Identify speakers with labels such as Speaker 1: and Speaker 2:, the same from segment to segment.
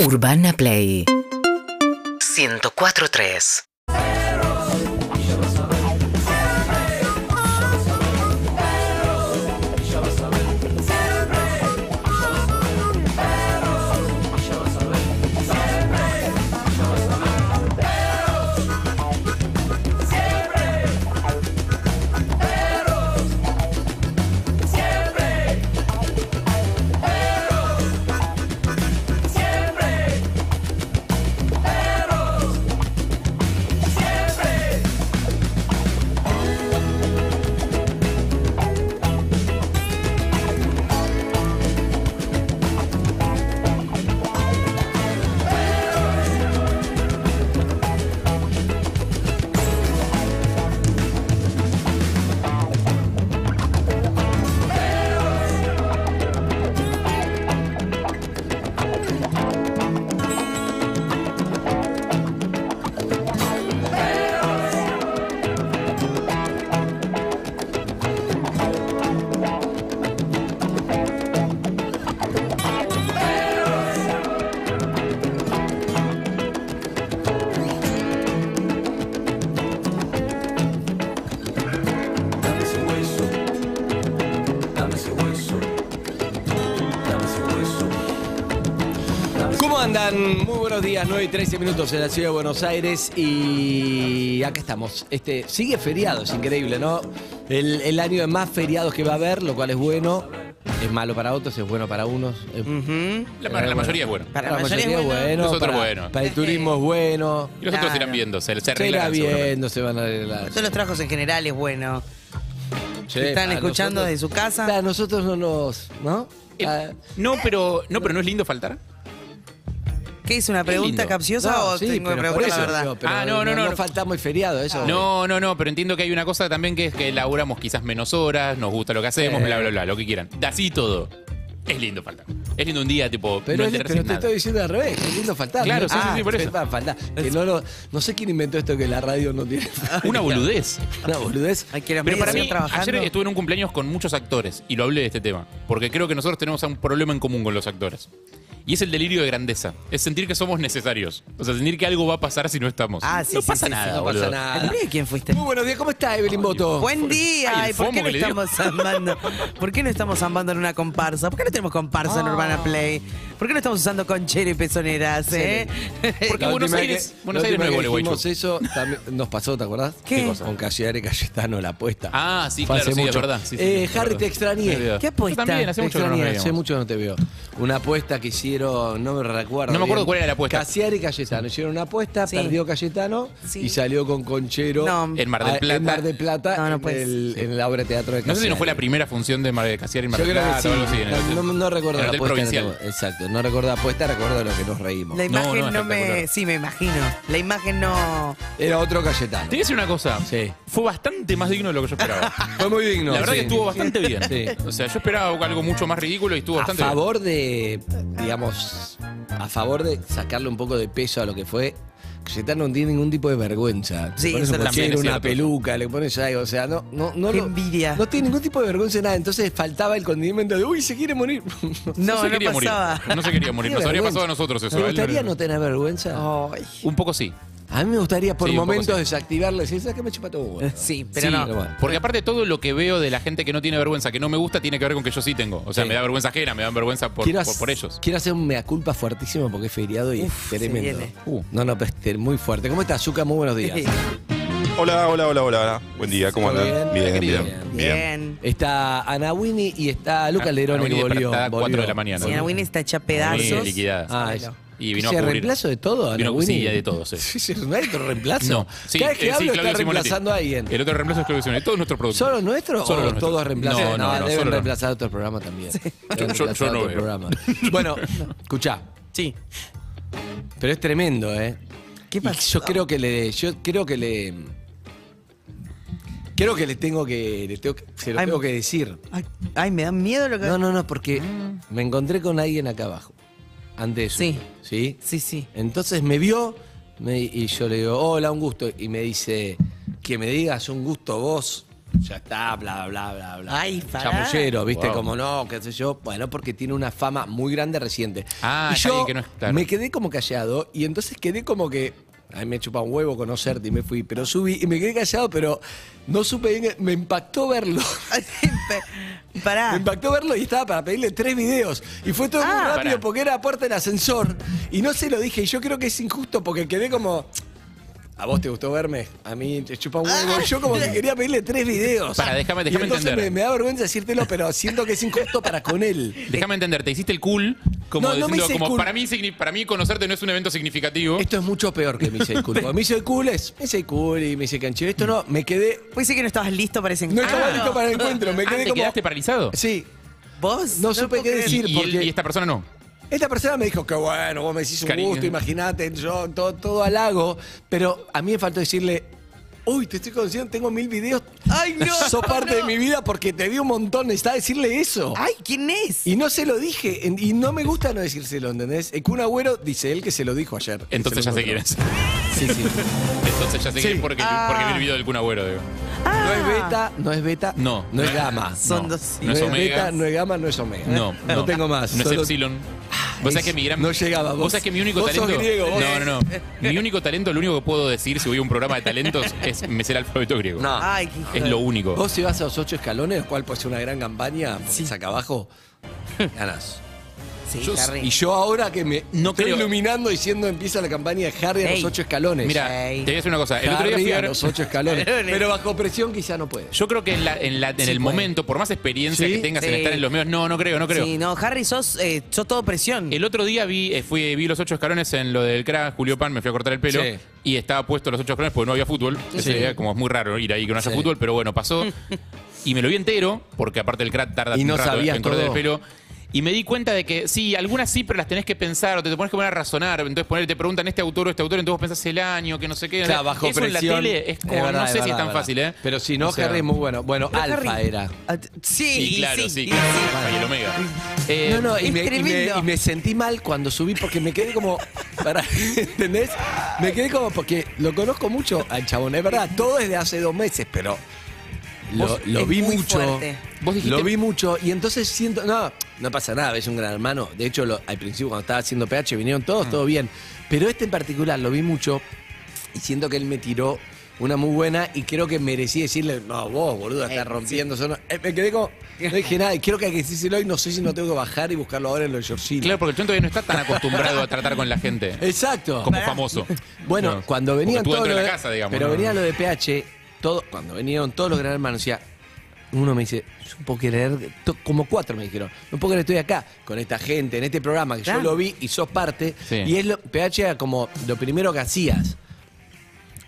Speaker 1: Urbana Play 104.3
Speaker 2: Dame ese hueso, dame ese hueso, dame ese hueso.
Speaker 3: ¿Cómo andan? Muy buenos días, 9 y 13 minutos en la ciudad de Buenos Aires y acá estamos. Este, sigue feriado, es increíble, ¿no? El, el año de más feriados que va a haber, lo cual es bueno. Es malo para otros, es bueno para unos. es-
Speaker 4: La, para la mayoría es bueno.
Speaker 3: para
Speaker 5: la mayoría Mm, es bueno.
Speaker 4: Nosotros
Speaker 3: para,
Speaker 4: bueno.
Speaker 3: para el turismo es bueno.
Speaker 4: Y los otros
Speaker 5: Claro.
Speaker 4: irán viendo, se, se
Speaker 3: Se irá
Speaker 4: arreglarán seguramente.
Speaker 3: viendo, se van a arreglar.
Speaker 5: Todos los trabajos en general es bueno.
Speaker 3: Che,
Speaker 5: que están
Speaker 3: para
Speaker 5: escuchando
Speaker 3: nosotros-
Speaker 5: desde su casa.
Speaker 3: Claro, nosotros no nos. ¿No?
Speaker 4: Eh,
Speaker 3: Ah,
Speaker 4: No, pero no, pero no es lindo faltar.
Speaker 5: ¿Qué hice? ¿Una
Speaker 4: Qué
Speaker 5: pregunta
Speaker 4: lindo.
Speaker 5: capciosa
Speaker 3: no,
Speaker 5: o
Speaker 3: sí,
Speaker 5: tengo que
Speaker 3: pero por
Speaker 5: preguntar la
Speaker 3: eso,
Speaker 5: verdad?
Speaker 3: digo, pero
Speaker 4: Ah, no, no, no.
Speaker 3: No faltamos el feriado, eso.
Speaker 4: No, no, no, pero entiendo que hay una cosa también que es que laburamos quizás menos horas, nos gusta lo que hacemos,
Speaker 3: Eh.
Speaker 4: bla, bla, bla, lo que quieran. De así todo. Es lindo faltar. Es lindo un día, tipo,
Speaker 3: Pero,
Speaker 4: no
Speaker 3: es-
Speaker 4: enterarse
Speaker 3: pero
Speaker 4: de
Speaker 3: te
Speaker 4: nada.
Speaker 3: estoy diciendo al revés, qué lindo faltar.
Speaker 4: Claro, sí, sí,
Speaker 3: Ah,
Speaker 4: sí, por
Speaker 3: que
Speaker 4: eso.
Speaker 3: va a faltar. Que no, lo- no sé quién inventó esto que la radio no tiene.
Speaker 4: Una boludez.
Speaker 3: Una boludez.
Speaker 5: Ay, que los
Speaker 4: Pero
Speaker 5: medios
Speaker 4: para mí,
Speaker 5: sigan trabajando.
Speaker 4: ayer estuve en un cumpleaños con muchos actores y lo hablé de este tema, porque creo que nosotros tenemos un problema en común con los actores. Y es el delirio de grandeza. Es sentir que somos necesarios. O sea, sentir que algo va a pasar si no estamos.
Speaker 5: Ah, sí,
Speaker 4: no
Speaker 5: sí,
Speaker 4: pasa
Speaker 5: sí,
Speaker 4: nada,
Speaker 5: sí,
Speaker 3: no pasa
Speaker 4: boludo.
Speaker 3: nada.
Speaker 5: ¿Al medio quién fuiste?
Speaker 3: Muy buenos días, ¿cómo está Evelyn Boto?
Speaker 5: Buen día.
Speaker 4: Ay, el
Speaker 5: Ay, ¿Por
Speaker 4: fomo
Speaker 5: qué no
Speaker 4: que le dio.
Speaker 5: estamos zambando? ¿Por qué no estamos zambando en una comparsa? ¿Por qué no tenemos comparsa en
Speaker 4: Ah.
Speaker 5: Urbana Play? ¿Por qué no estamos usando conchero y pezoneras? eh?
Speaker 4: Porque
Speaker 3: La
Speaker 4: Buenos
Speaker 3: última
Speaker 4: Aires,
Speaker 3: que-
Speaker 4: Buenos
Speaker 3: la
Speaker 4: Aires
Speaker 3: última
Speaker 4: no es
Speaker 3: que
Speaker 4: Gualeguaychú.
Speaker 3: dijimos eso, también nos pasó, ¿te acordás?
Speaker 5: ¿Qué? ¿Qué cosa?
Speaker 3: Con Casiare Cayetano, la apuesta.
Speaker 4: Ah, sí,
Speaker 3: Fue
Speaker 4: claro,
Speaker 3: hace
Speaker 4: sí, es
Speaker 3: mucho.
Speaker 4: verdad. sí, sí,
Speaker 3: Eh,
Speaker 4: es
Speaker 3: Harry,
Speaker 4: verdad.
Speaker 3: te extrañé.
Speaker 4: Es verdad.
Speaker 5: ¿Qué apuesta?
Speaker 4: Yo también, hace
Speaker 3: Te
Speaker 4: mucho que no nos
Speaker 3: extrañé, hace
Speaker 4: veíamos.
Speaker 3: mucho que no te veo. Una apuesta que hicieron, no me recuerdo.
Speaker 4: No me acuerdo
Speaker 3: bien.
Speaker 4: cuál era la apuesta.
Speaker 3: Casiar y Cayetano. Hicieron una apuesta,
Speaker 5: Sí.
Speaker 3: perdió Cayetano
Speaker 5: Sí.
Speaker 3: y salió con Conchero.
Speaker 5: No.
Speaker 4: En Mar del
Speaker 3: a-
Speaker 4: Plata.
Speaker 3: En Mar del Plata,
Speaker 5: No, no
Speaker 3: en,
Speaker 5: puede
Speaker 3: el- en la obra de teatro de
Speaker 4: No
Speaker 3: Casiari.
Speaker 4: sé si no fue la primera función de Mar de Casiar y Mar
Speaker 3: Yo
Speaker 4: del
Speaker 3: creo que
Speaker 4: Plata o algo así,
Speaker 3: sí.
Speaker 4: en el hotel.
Speaker 3: No, no recuerdo
Speaker 4: En el
Speaker 3: la
Speaker 4: hotel
Speaker 3: apuesta.
Speaker 4: provincial.
Speaker 3: no- exacto, no recuerdo la apuesta, recuerdo lo que nos reímos.
Speaker 5: La imagen
Speaker 4: no,
Speaker 5: no, me...
Speaker 4: espectacular.
Speaker 5: Sí, me imagino. La imagen no...
Speaker 3: Era otro Cayetano.
Speaker 4: Te voy a decir una cosa.
Speaker 3: Sí.
Speaker 4: Fue bastante más digno de lo que yo esperaba.
Speaker 3: Fue muy digno.
Speaker 4: la verdad
Speaker 3: sí.
Speaker 4: que estuvo bastante bien.
Speaker 3: Sí.
Speaker 4: O sea, yo esperaba algo mucho más ridículo y estuvo
Speaker 3: a
Speaker 4: bastante bien.
Speaker 3: favor de, digamos, a favor de sacarle un poco de peso a lo que fue. Cayetano no tiene ningún tipo de vergüenza.
Speaker 5: Sí,
Speaker 3: le
Speaker 5: eso
Speaker 3: pones
Speaker 4: también es
Speaker 3: una
Speaker 4: cierto.
Speaker 3: peluca, le pones algo, o sea, no, no, no
Speaker 5: Qué
Speaker 3: lo-
Speaker 5: envidia.
Speaker 3: No tiene ningún tipo de vergüenza en nada. Entonces faltaba el condimento de uy, se quiere morir.
Speaker 5: No,
Speaker 4: se
Speaker 5: no,
Speaker 4: quería
Speaker 5: pasaba.
Speaker 4: morir. No se quería morir. Nos
Speaker 3: Tiene
Speaker 4: habría
Speaker 3: vergüenza.
Speaker 4: pasado a nosotros
Speaker 3: ¿Te
Speaker 4: eso. ¿eh? a él no-
Speaker 3: gustaría no tener vergüenza?
Speaker 5: Ay.
Speaker 4: Un poco sí.
Speaker 3: A mí me gustaría por
Speaker 4: Sí, un poco
Speaker 3: momentos
Speaker 4: sí.
Speaker 3: desactivarle y decir, ¿sabes qué me chupa todo huevo?".
Speaker 5: Sí, pero
Speaker 4: Sí,
Speaker 5: no.
Speaker 3: bueno.
Speaker 4: Porque aparte todo lo que veo de la gente que no tiene vergüenza, que no me gusta, tiene que ver con que yo sí tengo. O sea,
Speaker 3: Sí.
Speaker 4: me da vergüenza ajena, me dan vergüenza por,
Speaker 3: Quiero
Speaker 4: por,
Speaker 3: hac-
Speaker 4: por ellos.
Speaker 3: Quiero hacer un mea culpa fuertísimo porque es feriado y
Speaker 5: Uf,
Speaker 3: es
Speaker 5: se
Speaker 3: tremendo.
Speaker 5: viene.
Speaker 3: Uh, no, no, pero es muy fuerte. ¿Cómo estás, Zuka? Muy buenos días.
Speaker 6: Hola, hola, hola, hola. Buen día, ¿cómo
Speaker 3: ¿Todo
Speaker 6: andan?
Speaker 3: bien?
Speaker 6: Bien, bien, bien.
Speaker 5: Bien.
Speaker 3: Está Ana Winnie y está Luca Lerón
Speaker 4: Ana
Speaker 3: que
Speaker 4: Ah, Winnie
Speaker 3: volvió.
Speaker 4: despertada a
Speaker 3: volvió.
Speaker 4: 4 de la mañana.
Speaker 5: Señora Winnie está hecha
Speaker 4: Sí,
Speaker 5: pedazos.
Speaker 4: liquidada.
Speaker 3: Ah, es-
Speaker 4: Y vino
Speaker 3: ¿Se
Speaker 4: a cubrir.
Speaker 3: reemplazo de todo, Ana
Speaker 4: Vino-
Speaker 3: Winnie?
Speaker 4: sí, de todo, sí.
Speaker 3: ¿No hay otro reemplazo?
Speaker 4: No. Sí,
Speaker 3: Cada vez que
Speaker 4: eh, sí,
Speaker 3: hablo
Speaker 4: Claudio
Speaker 3: está
Speaker 4: Simonetti.
Speaker 3: reemplazando a alguien.
Speaker 4: El otro reemplazo es Claudio Simonetti. Todos nuestros productos.
Speaker 3: ¿Solo nuestro
Speaker 4: Solo
Speaker 3: o
Speaker 4: los nuestros.
Speaker 3: todos reemplazan?
Speaker 4: No, no, no,
Speaker 3: deben
Speaker 4: solo los
Speaker 3: reemplazar otro programa también.
Speaker 4: Yo-
Speaker 3: Deben
Speaker 4: yo- yo
Speaker 3: reemplazar
Speaker 4: no
Speaker 3: otro
Speaker 4: veo.
Speaker 3: programa. Bueno, escuchá,
Speaker 5: Sí.
Speaker 3: pero es tremendo, ¿eh?
Speaker 5: ¿Qué
Speaker 3: Y
Speaker 5: pasó?
Speaker 3: Yo creo que le. Yo creo que le. Creo que le tengo que. le tengo que- se lo
Speaker 5: Ay,
Speaker 3: tengo que decir.
Speaker 5: Ay, ay, me da miedo lo que.
Speaker 3: No, no, no, porque me encontré con alguien acá abajo. Antes.
Speaker 5: Mm. Sí.
Speaker 3: ¿Sí?
Speaker 5: Sí, sí.
Speaker 3: Entonces me vio me- y yo le digo, hola, un gusto. Y me dice, que me digas un gusto vos. ya está, bla, bla, bla, bla.
Speaker 5: Ay, pará.
Speaker 3: Chamullero, ¿viste?
Speaker 4: Wow.
Speaker 3: Como no, qué sé yo. Bueno, porque tiene una fama muy grande reciente.
Speaker 4: Ah,
Speaker 3: y
Speaker 4: está
Speaker 3: yo
Speaker 4: bien que no es- claro.
Speaker 3: me quedé como callado y entonces quedé como que... A mí me chupa un huevo conocerte y me fui, pero subí y me quedé callado, pero no supe bien, me impactó verlo.
Speaker 5: Pará.
Speaker 3: Me impactó verlo y estaba para pedirle tres videos. Y fue todo muy
Speaker 5: Ah.
Speaker 3: rápido
Speaker 4: Pará.
Speaker 3: porque era puerta del ascensor. Y no se lo dije. Y yo creo que es injusto porque quedé como. ¿A vos te gustó verme? A mí te chupa un huevo. Y Yo como que quería pedirle tres videos.
Speaker 4: Pará, déjame-
Speaker 3: Y
Speaker 4: déjame
Speaker 3: entonces
Speaker 4: entender.
Speaker 3: Me, me da vergüenza decírtelo, pero siento que es injusto para con él.
Speaker 4: Déjame entender, te hiciste el cool, como
Speaker 3: No, no me
Speaker 4: diciendo,
Speaker 3: hice el
Speaker 4: como
Speaker 3: cool.
Speaker 4: para mí signi- para mí conocerte no es un evento significativo.
Speaker 3: Esto es mucho peor que me hice el cool. Cuando Me hice el cool es. Me hice el cool y me hice canchero. Esto no, me quedé.
Speaker 5: Pues sí que no estabas listo para ese
Speaker 3: No
Speaker 5: encuentro.
Speaker 3: estaba listo para el encuentro. Me
Speaker 4: Ah,
Speaker 3: quedé
Speaker 4: ¿Te
Speaker 3: como.
Speaker 4: quedaste paralizado?
Speaker 3: Sí.
Speaker 5: ¿Vos?
Speaker 3: No supe
Speaker 5: puedo
Speaker 3: qué
Speaker 5: creer.
Speaker 4: Y-
Speaker 3: decir,
Speaker 4: y, él-
Speaker 3: porque-
Speaker 4: y esta persona no.
Speaker 3: Esta persona me dijo que bueno, vos me decís un
Speaker 4: Cariño.
Speaker 3: gusto, imagínate, yo todo, todo halago, pero a mí me faltó decirle, uy, te estoy conociendo, tengo mil videos,
Speaker 5: Ay, no.
Speaker 3: sos parte de
Speaker 5: no. Ah.
Speaker 3: mi vida porque te vi un montón, necesitaba decirle eso.
Speaker 5: Ay, ¿quién es?
Speaker 3: Y no se lo dije, en- y no me gusta no decírselo, ¿entendés? El Kun Agüero dice él que se lo dijo ayer. que
Speaker 4: Entonces
Speaker 3: se
Speaker 4: ya
Speaker 3: lo
Speaker 4: sé quién
Speaker 3: encontró.
Speaker 4: es.
Speaker 3: Sí, sí.
Speaker 4: Entonces ya sé quién
Speaker 3: Sí.
Speaker 4: es porque,
Speaker 5: Ah.
Speaker 4: porque vi el video del Kun Agüero, digo.
Speaker 3: No es beta, no es beta,
Speaker 4: No.
Speaker 3: no es gama.
Speaker 5: Son
Speaker 4: no,
Speaker 5: dos.
Speaker 4: No es omega.
Speaker 3: beta, no es gama, no es omega.
Speaker 4: No,
Speaker 3: no, tengo más.
Speaker 4: No es
Speaker 3: solo- Ah,
Speaker 4: Epsilon. Vos sabés que mi gran-
Speaker 3: No llegaba, vos-
Speaker 4: Vos sabés que mi único
Speaker 3: vos sos
Speaker 4: talento.
Speaker 3: griego, vos.
Speaker 4: no, no, no. Mi único talento, lo único que puedo decir si voy a un programa de talentos es me sé el alfabeto griego.
Speaker 3: No.
Speaker 5: Ay, qué hijo
Speaker 4: Es
Speaker 5: de-
Speaker 4: lo único.
Speaker 3: Vos si vas a los ocho escalones, lo cual puede ser una gran campaña, porque saca abajo, ganás.
Speaker 5: Sí,
Speaker 4: Yo-
Speaker 5: Harry.
Speaker 3: Y yo ahora que me
Speaker 4: No
Speaker 3: estoy
Speaker 4: creo.
Speaker 3: iluminando diciendo empieza la campaña de Harry a
Speaker 5: Ey.
Speaker 3: los ocho escalones.
Speaker 4: Mira,
Speaker 5: Ey.
Speaker 4: te voy a decir una cosa. El
Speaker 3: Harry
Speaker 4: otro día fui a
Speaker 3: a
Speaker 4: ver-
Speaker 3: los ocho escalones.
Speaker 5: Escalones.
Speaker 3: pero bajo presión quizá no puede.
Speaker 4: Yo creo que en, la- en la- en el momento, por más experiencia
Speaker 3: Sí,
Speaker 4: que tengas en
Speaker 5: sí.
Speaker 4: estar en los medios, no, no creo, no creo.
Speaker 5: Sí, no, Harry, sos, eh, sos todo presión.
Speaker 4: El otro día vi, eh, fui, vi los ocho escalones en lo del crack, Julio Pan, me fui a cortar el pelo
Speaker 3: Sí.
Speaker 4: y estaba puesto los ocho escalones porque no había fútbol. Ese
Speaker 3: Sí.
Speaker 4: día, como es muy raro ir ahí que no haya
Speaker 3: Sí.
Speaker 4: fútbol, pero bueno, pasó. y me lo vi entero, porque aparte el crack tarda
Speaker 3: Y
Speaker 4: un
Speaker 3: no
Speaker 4: rato
Speaker 3: sabías
Speaker 4: en cortar el
Speaker 3: todo.
Speaker 4: pelo. Y me di cuenta de que sí, algunas sí, pero las tenés que pensar o te, pones que poner a razonar. Entonces poner, te preguntan este autor o este autor, entonces vos pensás el año, que no sé qué.
Speaker 3: Claro, bajo
Speaker 4: Eso
Speaker 3: presión.
Speaker 4: en la tele es como,
Speaker 3: verdad,
Speaker 4: no sé
Speaker 3: es
Speaker 4: si es
Speaker 3: verdad,
Speaker 4: tan
Speaker 3: verdad.
Speaker 4: fácil, ¿eh?
Speaker 3: Pero si no,
Speaker 4: O sea,
Speaker 3: Harry es muy bueno. Bueno,
Speaker 5: Pero
Speaker 3: Alfa
Speaker 5: Harry-
Speaker 3: era.
Speaker 5: Ah, t- Sí,
Speaker 4: Sí, claro, sí,
Speaker 5: y
Speaker 4: claro.
Speaker 5: sí.
Speaker 4: Alfa y el omega. Eh,
Speaker 3: no, no, y
Speaker 5: es
Speaker 3: me, y me-
Speaker 5: tremendo.
Speaker 3: y me sentí mal cuando subí porque me quedé como. Para, ¿Entendés? Me quedé como porque lo conozco mucho al chabón. Es verdad, todo es de hace dos meses, pero. Lo,
Speaker 5: Vos-
Speaker 3: lo
Speaker 5: es
Speaker 3: vi
Speaker 5: muy
Speaker 3: mucho.
Speaker 5: fuerte.
Speaker 4: Vos dijiste-
Speaker 3: Lo vi mucho y entonces siento. No, no pasa nada, es un gran hermano. De hecho, lo- al principio cuando estaba haciendo PH vinieron todos,
Speaker 5: Ah.
Speaker 3: todo bien. Pero este en particular lo vi mucho y siento que él me tiró una muy buena y creo que merecí decirle, no, vos, boludo, estás rompiendo. eso no-". Eh, me quedé como, no dije nada y creo que hay que decírselo hoy, no sé si no tengo que bajar y buscarlo ahora en los Georgina.
Speaker 4: Claro, porque el chon todavía no está tan acostumbrado a tratar con la gente.
Speaker 3: Exacto.
Speaker 4: como famoso.
Speaker 3: Bueno,
Speaker 4: No.
Speaker 3: cuando
Speaker 4: Porque
Speaker 3: venían
Speaker 4: estuvo
Speaker 3: todos
Speaker 4: dentro de
Speaker 3: los-
Speaker 4: la casa, digamos.
Speaker 3: pero
Speaker 4: ¿no?
Speaker 3: venía lo de PH, todo, cuando vinieron todos los gran hermanos, decía, uno me dice, yo no puedo creer, to- como cuatro me dijeron, no puedo creer estoy acá con esta gente, en este programa que
Speaker 5: Claro.
Speaker 3: yo lo vi y sos parte,
Speaker 4: Sí.
Speaker 3: y es lo, PH era como lo primero que hacías.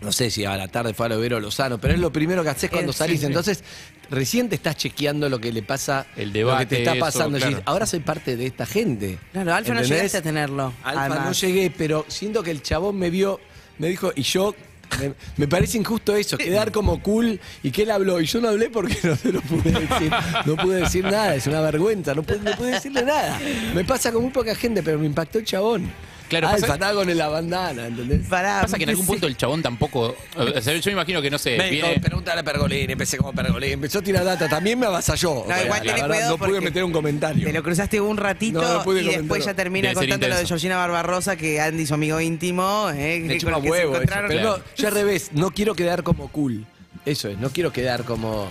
Speaker 3: No sé si a la tarde fue a lo Vero Lozano, pero es lo primero que haces cuando
Speaker 5: Eh, sí,
Speaker 3: salís.
Speaker 5: sí.
Speaker 3: Entonces, recién te estás chequeando lo que le pasa,
Speaker 4: El
Speaker 3: lo que
Speaker 4: debate,
Speaker 3: te está
Speaker 4: eso,
Speaker 3: pasando.
Speaker 4: claro.
Speaker 3: Decís, Ahora soy parte de esta gente.
Speaker 5: Claro, Alfa no
Speaker 3: ¿Entendés?
Speaker 5: llegaste a tenerlo.
Speaker 3: Alfa no
Speaker 5: además.
Speaker 3: llegué, pero siento que el chabón me vio, me dijo, y yo. Me, me parece injusto eso, quedar como cool y que él habló. Y yo no hablé porque no se lo pude decir. No pude decir nada, es una vergüenza, no pude, no pude decirle nada. Me pasa con muy poca gente, pero me impactó el chabón.
Speaker 4: Claro,
Speaker 3: Alfa
Speaker 4: pasa-
Speaker 3: estaba con la bandana, ¿entendés?
Speaker 5: Pará,
Speaker 4: Pasa que en algún
Speaker 5: sí.
Speaker 4: punto el chabón tampoco. o sea, yo me imagino que no sé.
Speaker 3: Me dijo,
Speaker 4: viene-
Speaker 3: pregúntale a Pergolini, empecé como Pergolini, empezó a tirar data, también me avasalló.
Speaker 5: No,
Speaker 3: O sea,
Speaker 5: igual
Speaker 3: la
Speaker 5: tenés
Speaker 3: verdad,
Speaker 5: cuidado
Speaker 3: no pude
Speaker 5: porque
Speaker 3: meter un comentario.
Speaker 5: Te lo cruzaste un ratito
Speaker 3: No, no pude
Speaker 5: y después
Speaker 3: comentarlo.
Speaker 5: ya termina
Speaker 4: Debe ser
Speaker 5: contando lo de
Speaker 4: intenso.
Speaker 5: Georgina Barbarrosa, que Andy, su amigo íntimo, eh,
Speaker 3: Me
Speaker 5: que
Speaker 3: chupa
Speaker 5: con el que se
Speaker 3: huevo. eso,
Speaker 5: encontraron.
Speaker 3: pero no,
Speaker 4: Claro.
Speaker 3: yo al revés, no quiero quedar como cool. Eso es, no quiero quedar como.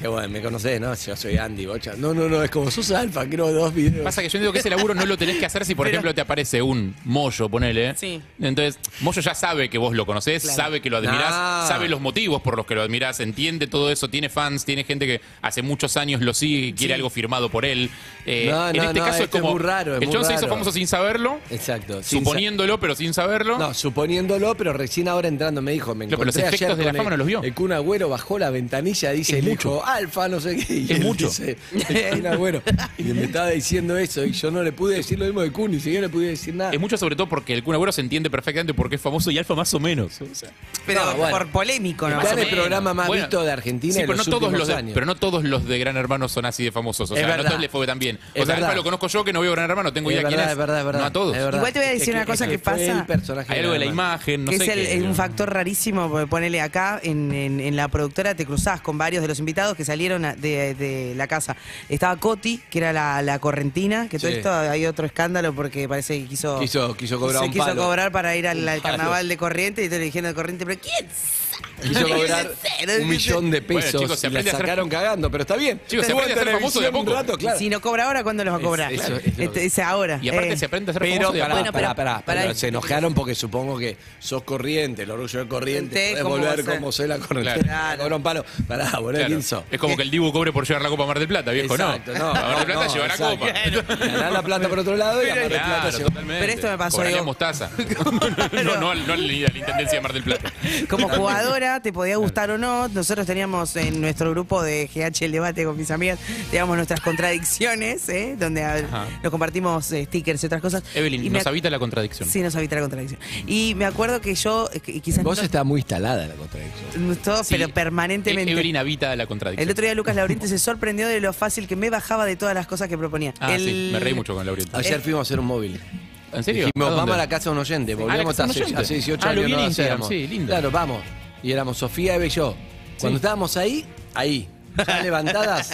Speaker 3: Qué bueno, me conocés, ¿no? Yo soy Andy, bocha. No, no, no, es como sos alfa, creo, dos videos.
Speaker 4: Pasa que yo entiendo que ese laburo no lo tenés que hacer si, por ejemplo, te aparece un Moyo, ponele.
Speaker 5: Sí.
Speaker 4: Entonces, Moyo ya sabe que vos lo conocés,
Speaker 5: Claro.
Speaker 4: sabe que lo admirás,
Speaker 3: Ah.
Speaker 4: sabe los motivos por los que lo admirás, entiende todo eso, tiene fans, tiene gente que hace muchos años lo sigue y quiere algo firmado por él. Eh,
Speaker 3: No,
Speaker 4: en
Speaker 3: no,
Speaker 4: este
Speaker 3: no,
Speaker 4: caso es
Speaker 3: esto es
Speaker 4: como.
Speaker 3: muy raro, es
Speaker 4: el
Speaker 3: muy
Speaker 4: chabón se hizo
Speaker 3: raro.
Speaker 4: famoso sin saberlo,
Speaker 3: Exacto. sin sa-
Speaker 4: suponiéndolo, pero sin saberlo.
Speaker 3: No, suponiéndolo, pero recién ahora entrando me dijo, me
Speaker 4: Claro,
Speaker 3: encontré
Speaker 4: pero los efectos
Speaker 3: ayer
Speaker 4: de la
Speaker 3: con
Speaker 4: fama
Speaker 3: el,
Speaker 4: no los vio.
Speaker 3: El Kun Agüero bajó la ventanilla, dice,
Speaker 4: Es
Speaker 3: le
Speaker 4: mucho.
Speaker 3: dijo, alfa, no sé qué. y
Speaker 4: Es
Speaker 3: él
Speaker 4: mucho.
Speaker 3: dice, el Kun Agüero. Y me estaba diciendo eso y yo no le pude decir lo mismo de Kun, ni siquiera le pude decir nada.
Speaker 4: Es mucho sobre todo porque el Kun Agüero se entiende perfectamente porque es famoso y Alfa más o menos. O sea,
Speaker 5: pero
Speaker 3: No, bueno.
Speaker 5: por polémico, ¿no?
Speaker 4: Más
Speaker 3: Vean
Speaker 4: o
Speaker 3: el
Speaker 4: menos.
Speaker 3: programa más
Speaker 4: Bueno,
Speaker 3: visto de Argentina
Speaker 4: sí,
Speaker 3: en
Speaker 4: pero
Speaker 3: los
Speaker 4: no todos
Speaker 3: últimos
Speaker 4: los de,
Speaker 3: años.
Speaker 4: Pero no todos los de Gran Hermano son así de famosos. O
Speaker 3: Es
Speaker 4: sea, no
Speaker 3: verdad.
Speaker 4: todos les fue tan bien. O
Speaker 3: Es
Speaker 4: sea,
Speaker 3: verdad.
Speaker 4: Pablo conozco yo que no veo Gran Hermano, tengo
Speaker 3: es
Speaker 4: idea quién
Speaker 3: verdad,
Speaker 4: es.
Speaker 3: es verdad, es verdad.
Speaker 4: No a todos.
Speaker 3: Es verdad.
Speaker 5: Igual te voy a decir
Speaker 3: Es que-
Speaker 5: una cosa
Speaker 3: es
Speaker 5: que
Speaker 3: fue
Speaker 5: pasa.
Speaker 3: el personaje
Speaker 4: Hay algo de la
Speaker 3: Gran Hermano.
Speaker 4: imagen, no
Speaker 5: que
Speaker 4: sé.
Speaker 5: es el-
Speaker 4: qué.
Speaker 5: un factor rarísimo, porque ponele acá en, en- en la productora te cruzás con varios de los invitados que salieron a- de, de la casa. Estaba Coti, que era la, la correntina, que todo
Speaker 3: Sí.
Speaker 5: esto hay otro escándalo porque parece que quiso,
Speaker 3: Quiso- quiso cobrar
Speaker 5: se
Speaker 3: un
Speaker 5: quiso
Speaker 3: palo.
Speaker 5: cobrar para ir al, al
Speaker 3: Un palo.
Speaker 5: carnaval de corriente y te le dijeron de corriente, pero ¿quién sabe?
Speaker 3: Quiso cobrar
Speaker 5: Cero,
Speaker 3: un
Speaker 5: dice.
Speaker 3: millón de
Speaker 4: Bueno,
Speaker 3: pesos
Speaker 4: chicos, se
Speaker 3: y la
Speaker 4: aprende a hacer-
Speaker 3: sacaron cagando, pero está bien.
Speaker 4: Chicos, se
Speaker 3: Estuvo
Speaker 4: aprende
Speaker 3: en
Speaker 4: a ser famoso de a
Speaker 3: televisión un
Speaker 4: poco.
Speaker 3: rato, claro.
Speaker 5: Si no cobra ahora, ¿cuándo los va a cobrar?
Speaker 3: eso es lo
Speaker 5: Este,
Speaker 3: que-
Speaker 5: dice ahora.
Speaker 4: Y aparte
Speaker 5: eh.
Speaker 4: se aprende a ser
Speaker 3: Pero
Speaker 4: famoso de a
Speaker 3: pará,
Speaker 4: poco.
Speaker 3: pará,
Speaker 5: pero-
Speaker 3: pará,
Speaker 5: pará.
Speaker 3: pero se enojaron porque supongo que sos corriente, el orgullo de corriente,
Speaker 5: Corriente,
Speaker 3: podés
Speaker 5: ¿cómo
Speaker 3: volver
Speaker 5: va a ser?
Speaker 3: como soy la corriente.
Speaker 5: Claro.
Speaker 3: Cobra un palo. Pará, boludo,
Speaker 4: Claro.
Speaker 3: ¿quién sos?
Speaker 4: Es como que el Dibu cobre por llevar la Copa a Mar del Plata, viejo,
Speaker 3: Exacto, no.
Speaker 4: A Mar del Plata
Speaker 3: no,
Speaker 4: llevará
Speaker 3: exacto.
Speaker 4: Copa.
Speaker 3: Ganar la plata por otro lado y a Mar del Plata
Speaker 4: Claro,
Speaker 3: llevar-
Speaker 4: totalmente.
Speaker 5: Pero esto me pasó,
Speaker 4: Cobraría
Speaker 5: digo.
Speaker 4: mostaza. no, no, al- no al- a la Intendencia de Mar del Plata.
Speaker 5: Como jugadora, te podía gustar o no. Nosotros teníamos en nuestro grupo de GH El Debate con mis amigas, teníamos nuestras contradicciones, ¿eh? donde a-
Speaker 4: Ajá.
Speaker 5: nos compartimos eh, stickers y otras cosas. y
Speaker 4: Evelyn,
Speaker 5: me
Speaker 4: nos
Speaker 5: ac-
Speaker 4: habita la contradicción.
Speaker 5: Sí, nos habita la contradicción. Y me acuerdo que yo, eh, que- quizás
Speaker 3: Vos
Speaker 5: no-
Speaker 3: estás muy instalada en la contradicción.
Speaker 5: no todo,
Speaker 4: Sí.
Speaker 5: pero permanentemente.
Speaker 4: E- Evelyn habita la
Speaker 5: El
Speaker 4: contradicción.
Speaker 5: otro día Lucas Laurenti se sorprendió de lo fácil que me bajaba de todas las cosas que proponía.
Speaker 4: Ah, sí,
Speaker 5: El-
Speaker 4: me reí mucho con Laurita.
Speaker 3: Ayer fuimos a hacer un móvil.
Speaker 4: ¿En serio?
Speaker 3: Ah, Dijimos,
Speaker 4: ¿A dónde?
Speaker 3: vamos a la casa de un oyente, volvemos
Speaker 4: casa de un
Speaker 3: hace,
Speaker 4: oyente.
Speaker 3: hace 18
Speaker 4: Ah, lo
Speaker 3: años.
Speaker 4: vi en
Speaker 3: no lo
Speaker 4: Instagram,
Speaker 3: hacíamos.
Speaker 4: sí, lindo.
Speaker 3: Claro, vamos. Y éramos Sofía, Eve y yo. Cuando estábamos ahí, ahí, ya levantadas,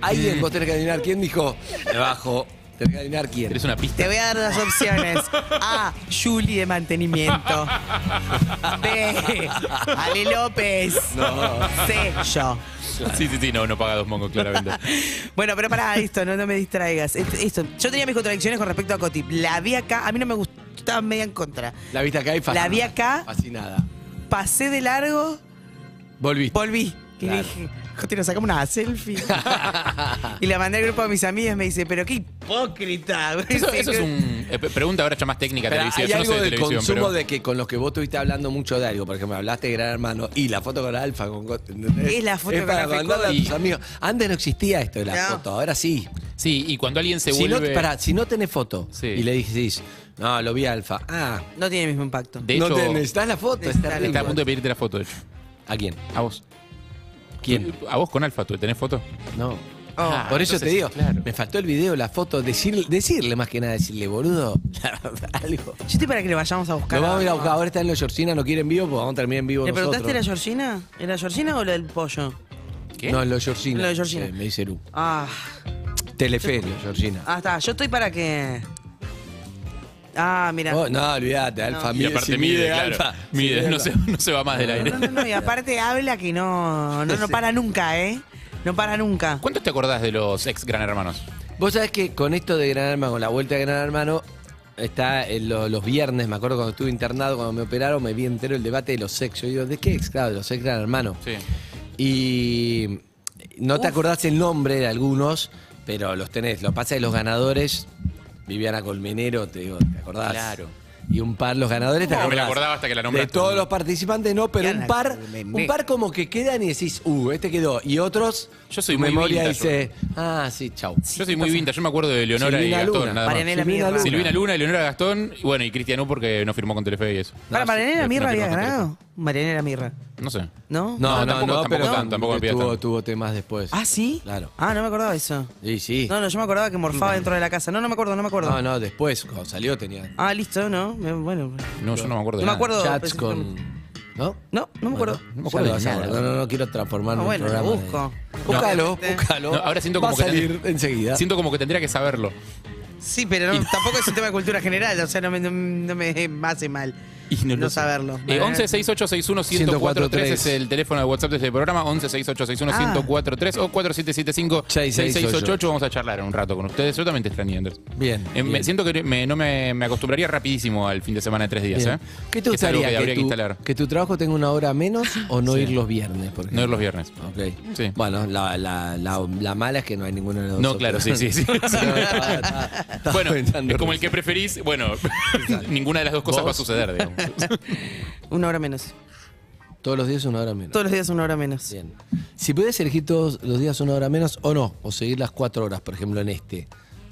Speaker 3: alguien, vos tenés que adivinar quién dijo, me bajo, tenés que adivinar quién.
Speaker 4: ¿Eres una pista?
Speaker 5: Te voy a dar las opciones. A. Julie de mantenimiento. B. Ale López. C. Yo.
Speaker 4: Sí, sí, sí, no, no paga dos mongos, claramente.
Speaker 5: Bueno, pero para esto, no, no me distraigas. Esto, esto. Yo tenía mis contradicciones con respecto a Coti. La vi acá, a mí no me gustaba, estaba media en contra.
Speaker 3: La viste acá y fascinada.
Speaker 5: La vi acá.
Speaker 3: Fascinada.
Speaker 5: Pasé de largo,
Speaker 3: Volviste.
Speaker 5: volví. Y
Speaker 3: Claro.
Speaker 5: dije, Coti, nos sacamos una selfie. y la mandé al grupo de mis amigas, me dice, pero qué hipócrita.
Speaker 4: Eso, eso es un. eh, pregunta ahora ya más técnica
Speaker 3: Pero
Speaker 4: televisiva.
Speaker 3: hay
Speaker 4: Yo no
Speaker 3: algo
Speaker 4: sé de
Speaker 3: del
Speaker 4: televisión,
Speaker 3: consumo
Speaker 4: pero.
Speaker 3: de que con los que vos estuviste hablando mucho de algo, por ejemplo, hablaste de Gran Hermano y la foto con Alfa. Con, ¿entendés?
Speaker 5: Es la foto
Speaker 3: es
Speaker 5: con
Speaker 3: para
Speaker 5: Alfa y
Speaker 3: mandarla a
Speaker 4: Cody.
Speaker 3: tus amigos. Antes no existía esto de la
Speaker 5: No.
Speaker 3: foto, ahora sí.
Speaker 4: Sí, y cuando alguien se
Speaker 3: si, no,
Speaker 4: vuelve.
Speaker 3: pará, si no tenés foto
Speaker 4: Sí.
Speaker 3: y le dices, no, lo vi a Alfa. Ah,
Speaker 5: No tiene el mismo impacto.
Speaker 4: De
Speaker 3: no
Speaker 4: hecho,
Speaker 3: te necesitas la foto. es terrible.
Speaker 4: está a punto de pedirte la foto, de hecho.
Speaker 3: ¿A quién?
Speaker 4: A vos.
Speaker 3: ¿Quién?
Speaker 4: ¿A vos con Alfa? ¿Tú tenés foto?
Speaker 3: No.
Speaker 5: Oh.
Speaker 4: Ah,
Speaker 3: Por eso
Speaker 4: entonces,
Speaker 3: te digo,
Speaker 4: claro.
Speaker 3: me faltó el video, la foto, decir, decirle más que nada, decirle, boludo, la verdad, algo.
Speaker 5: Yo estoy para que le vayamos a buscar.
Speaker 3: Lo vamos a ir a
Speaker 5: ahora, ¿no?
Speaker 3: buscar, ahora está en los Georgina, no quieren vivo, pues vamos a terminar en vivo
Speaker 5: ¿Le
Speaker 3: nosotros.
Speaker 5: preguntaste a la Georgina? ¿Era Georgina o la del pollo?
Speaker 4: ¿Qué?
Speaker 3: No, en los Georgina.
Speaker 5: En los Georgina.
Speaker 3: Sí, me dice Lu.
Speaker 5: Ah,
Speaker 3: Telefe, en los Georgina.
Speaker 5: ah, está. Yo estoy para que. Ah, mira.
Speaker 3: Oh, no, olvídate, Alfa,
Speaker 4: Y
Speaker 3: mide,
Speaker 4: aparte
Speaker 3: si
Speaker 4: mide,
Speaker 3: mide,
Speaker 4: claro.
Speaker 3: Alfa.
Speaker 4: Mide,
Speaker 3: si
Speaker 4: no, se, no se va más del aire.
Speaker 5: No, no, no. Y aparte habla que no, no, no para nunca, ¿eh? No para nunca.
Speaker 4: ¿Cuántos te acordás de los ex Gran Hermanos?
Speaker 3: Vos sabés que con esto de Gran Hermano, con la vuelta de Gran Hermano, está en lo- los viernes, me acuerdo cuando estuve internado, cuando me operaron, me vi entero el debate de los ex. Yo digo, ¿de qué ex? Claro, de los ex Gran Hermano.
Speaker 4: Sí.
Speaker 3: Y no te acordás el nombre de algunos, pero los tenés. Lo que pasa es que los ganadores, Viviana Colmenero, te digo, ¿te acordás?
Speaker 4: Claro.
Speaker 3: Y un par, los ganadores te
Speaker 4: No me
Speaker 3: acordás.
Speaker 4: la acordaba hasta que la
Speaker 3: De
Speaker 4: nombraste.
Speaker 3: todos los participantes no, pero
Speaker 5: Viviana
Speaker 3: un par,
Speaker 5: Colmenero.
Speaker 3: un par como que quedan y decís, uh, este quedó. Y otros,
Speaker 4: Yo soy
Speaker 3: tu
Speaker 4: muy
Speaker 3: memoria
Speaker 4: vintage,
Speaker 3: dice, ah, sí, chau.
Speaker 4: Yo soy muy vintage, yo me acuerdo de Leonora
Speaker 3: Silvina
Speaker 4: y Gastón,
Speaker 3: Luna.
Speaker 4: nada más.
Speaker 5: Marianela
Speaker 3: Silvina
Speaker 5: Mirra.
Speaker 4: Silvina Luna, Leonora Gastón, y bueno, y Cristianú porque no firmó con Telefe y eso.
Speaker 5: para
Speaker 3: sí,
Speaker 5: Marianela
Speaker 4: no firmó
Speaker 5: Mirra había
Speaker 4: con Telefe.
Speaker 5: ganado. Marianela Mirra.
Speaker 4: No sé.
Speaker 5: ¿No?
Speaker 3: No, no,
Speaker 4: No,
Speaker 3: no,
Speaker 4: tampoco-
Speaker 3: pero
Speaker 4: tampoco tan- tampoco me pidas
Speaker 3: tuvo,
Speaker 4: tanto.
Speaker 3: tuvo temas después.
Speaker 5: Ah, sí.
Speaker 3: Claro.
Speaker 5: Ah, no me acordaba de eso.
Speaker 3: Sí, sí.
Speaker 5: No, no, yo me acordaba que morfaba dentro de la casa. No, no me acuerdo, no me acuerdo.
Speaker 3: No, no, después, cuando salió tenía
Speaker 5: Ah, listo, no. Me- Bueno.
Speaker 4: No, yo no me acuerdo. de
Speaker 5: No me
Speaker 4: nada.
Speaker 5: acuerdo. Todo,
Speaker 3: chats
Speaker 5: pues,
Speaker 3: con... ¿No?
Speaker 5: No, no me acuerdo.
Speaker 3: No me acuerdo
Speaker 4: Ya lo
Speaker 3: de
Speaker 4: vas a
Speaker 3: nada. No,
Speaker 4: acordar.
Speaker 3: no, no quiero transformarme
Speaker 5: Ah, bueno,
Speaker 3: en un
Speaker 5: lo
Speaker 3: programa
Speaker 5: busco.
Speaker 3: de- Búscalo,
Speaker 5: No.
Speaker 3: búscalo.
Speaker 4: No, ahora siento
Speaker 3: Va
Speaker 4: como
Speaker 3: a
Speaker 4: que-
Speaker 3: salir enseguida.
Speaker 4: Siento como que tendría que saberlo.
Speaker 5: Sí, pero no- tampoco es un tema de cultura general, o sea, no me, no, no me hace mal no, saberlo.
Speaker 4: Eh, 11 68 61 1043 es el teléfono de WhatsApp de este programa. 11 68 61 1043 o 4775 6688. Vamos a charlar en un rato con ustedes. Yo también te extrañé, Andrés.
Speaker 3: Bien,
Speaker 4: Eh, me-
Speaker 3: bien.
Speaker 4: siento que me- no me, me acostumbraría rapidísimo al fin de semana de tres días.
Speaker 3: Bien.
Speaker 4: ¿eh?
Speaker 3: ¿Qué te
Speaker 4: Es
Speaker 3: gustaría?
Speaker 4: algo que
Speaker 3: Que,
Speaker 4: habría que
Speaker 3: tu,
Speaker 4: instalar.
Speaker 3: que tu trabajo tenga una hora menos o no ir los viernes? Por
Speaker 4: No
Speaker 3: ejemplo?
Speaker 4: ir los viernes.
Speaker 3: Ok.
Speaker 4: Sí.
Speaker 3: Bueno, la, la, la, la mala es que no hay ninguno de los
Speaker 4: No,
Speaker 3: dos
Speaker 4: claro, sí,
Speaker 3: opciones.
Speaker 4: sí, sí.
Speaker 3: Estaba- estaba- estaba
Speaker 4: bueno,
Speaker 3: pensando
Speaker 4: es como el
Speaker 3: recién.
Speaker 4: que preferís. Bueno, ninguna de las dos cosas
Speaker 3: ¿Vos?
Speaker 4: va a suceder, digamos.
Speaker 5: Una hora menos.
Speaker 3: Todos los días una hora menos.
Speaker 5: Todos los días una hora menos.
Speaker 3: Bien. Si pudieras elegir todos los días una hora menos o no, o seguir las cuatro horas, por ejemplo, en este,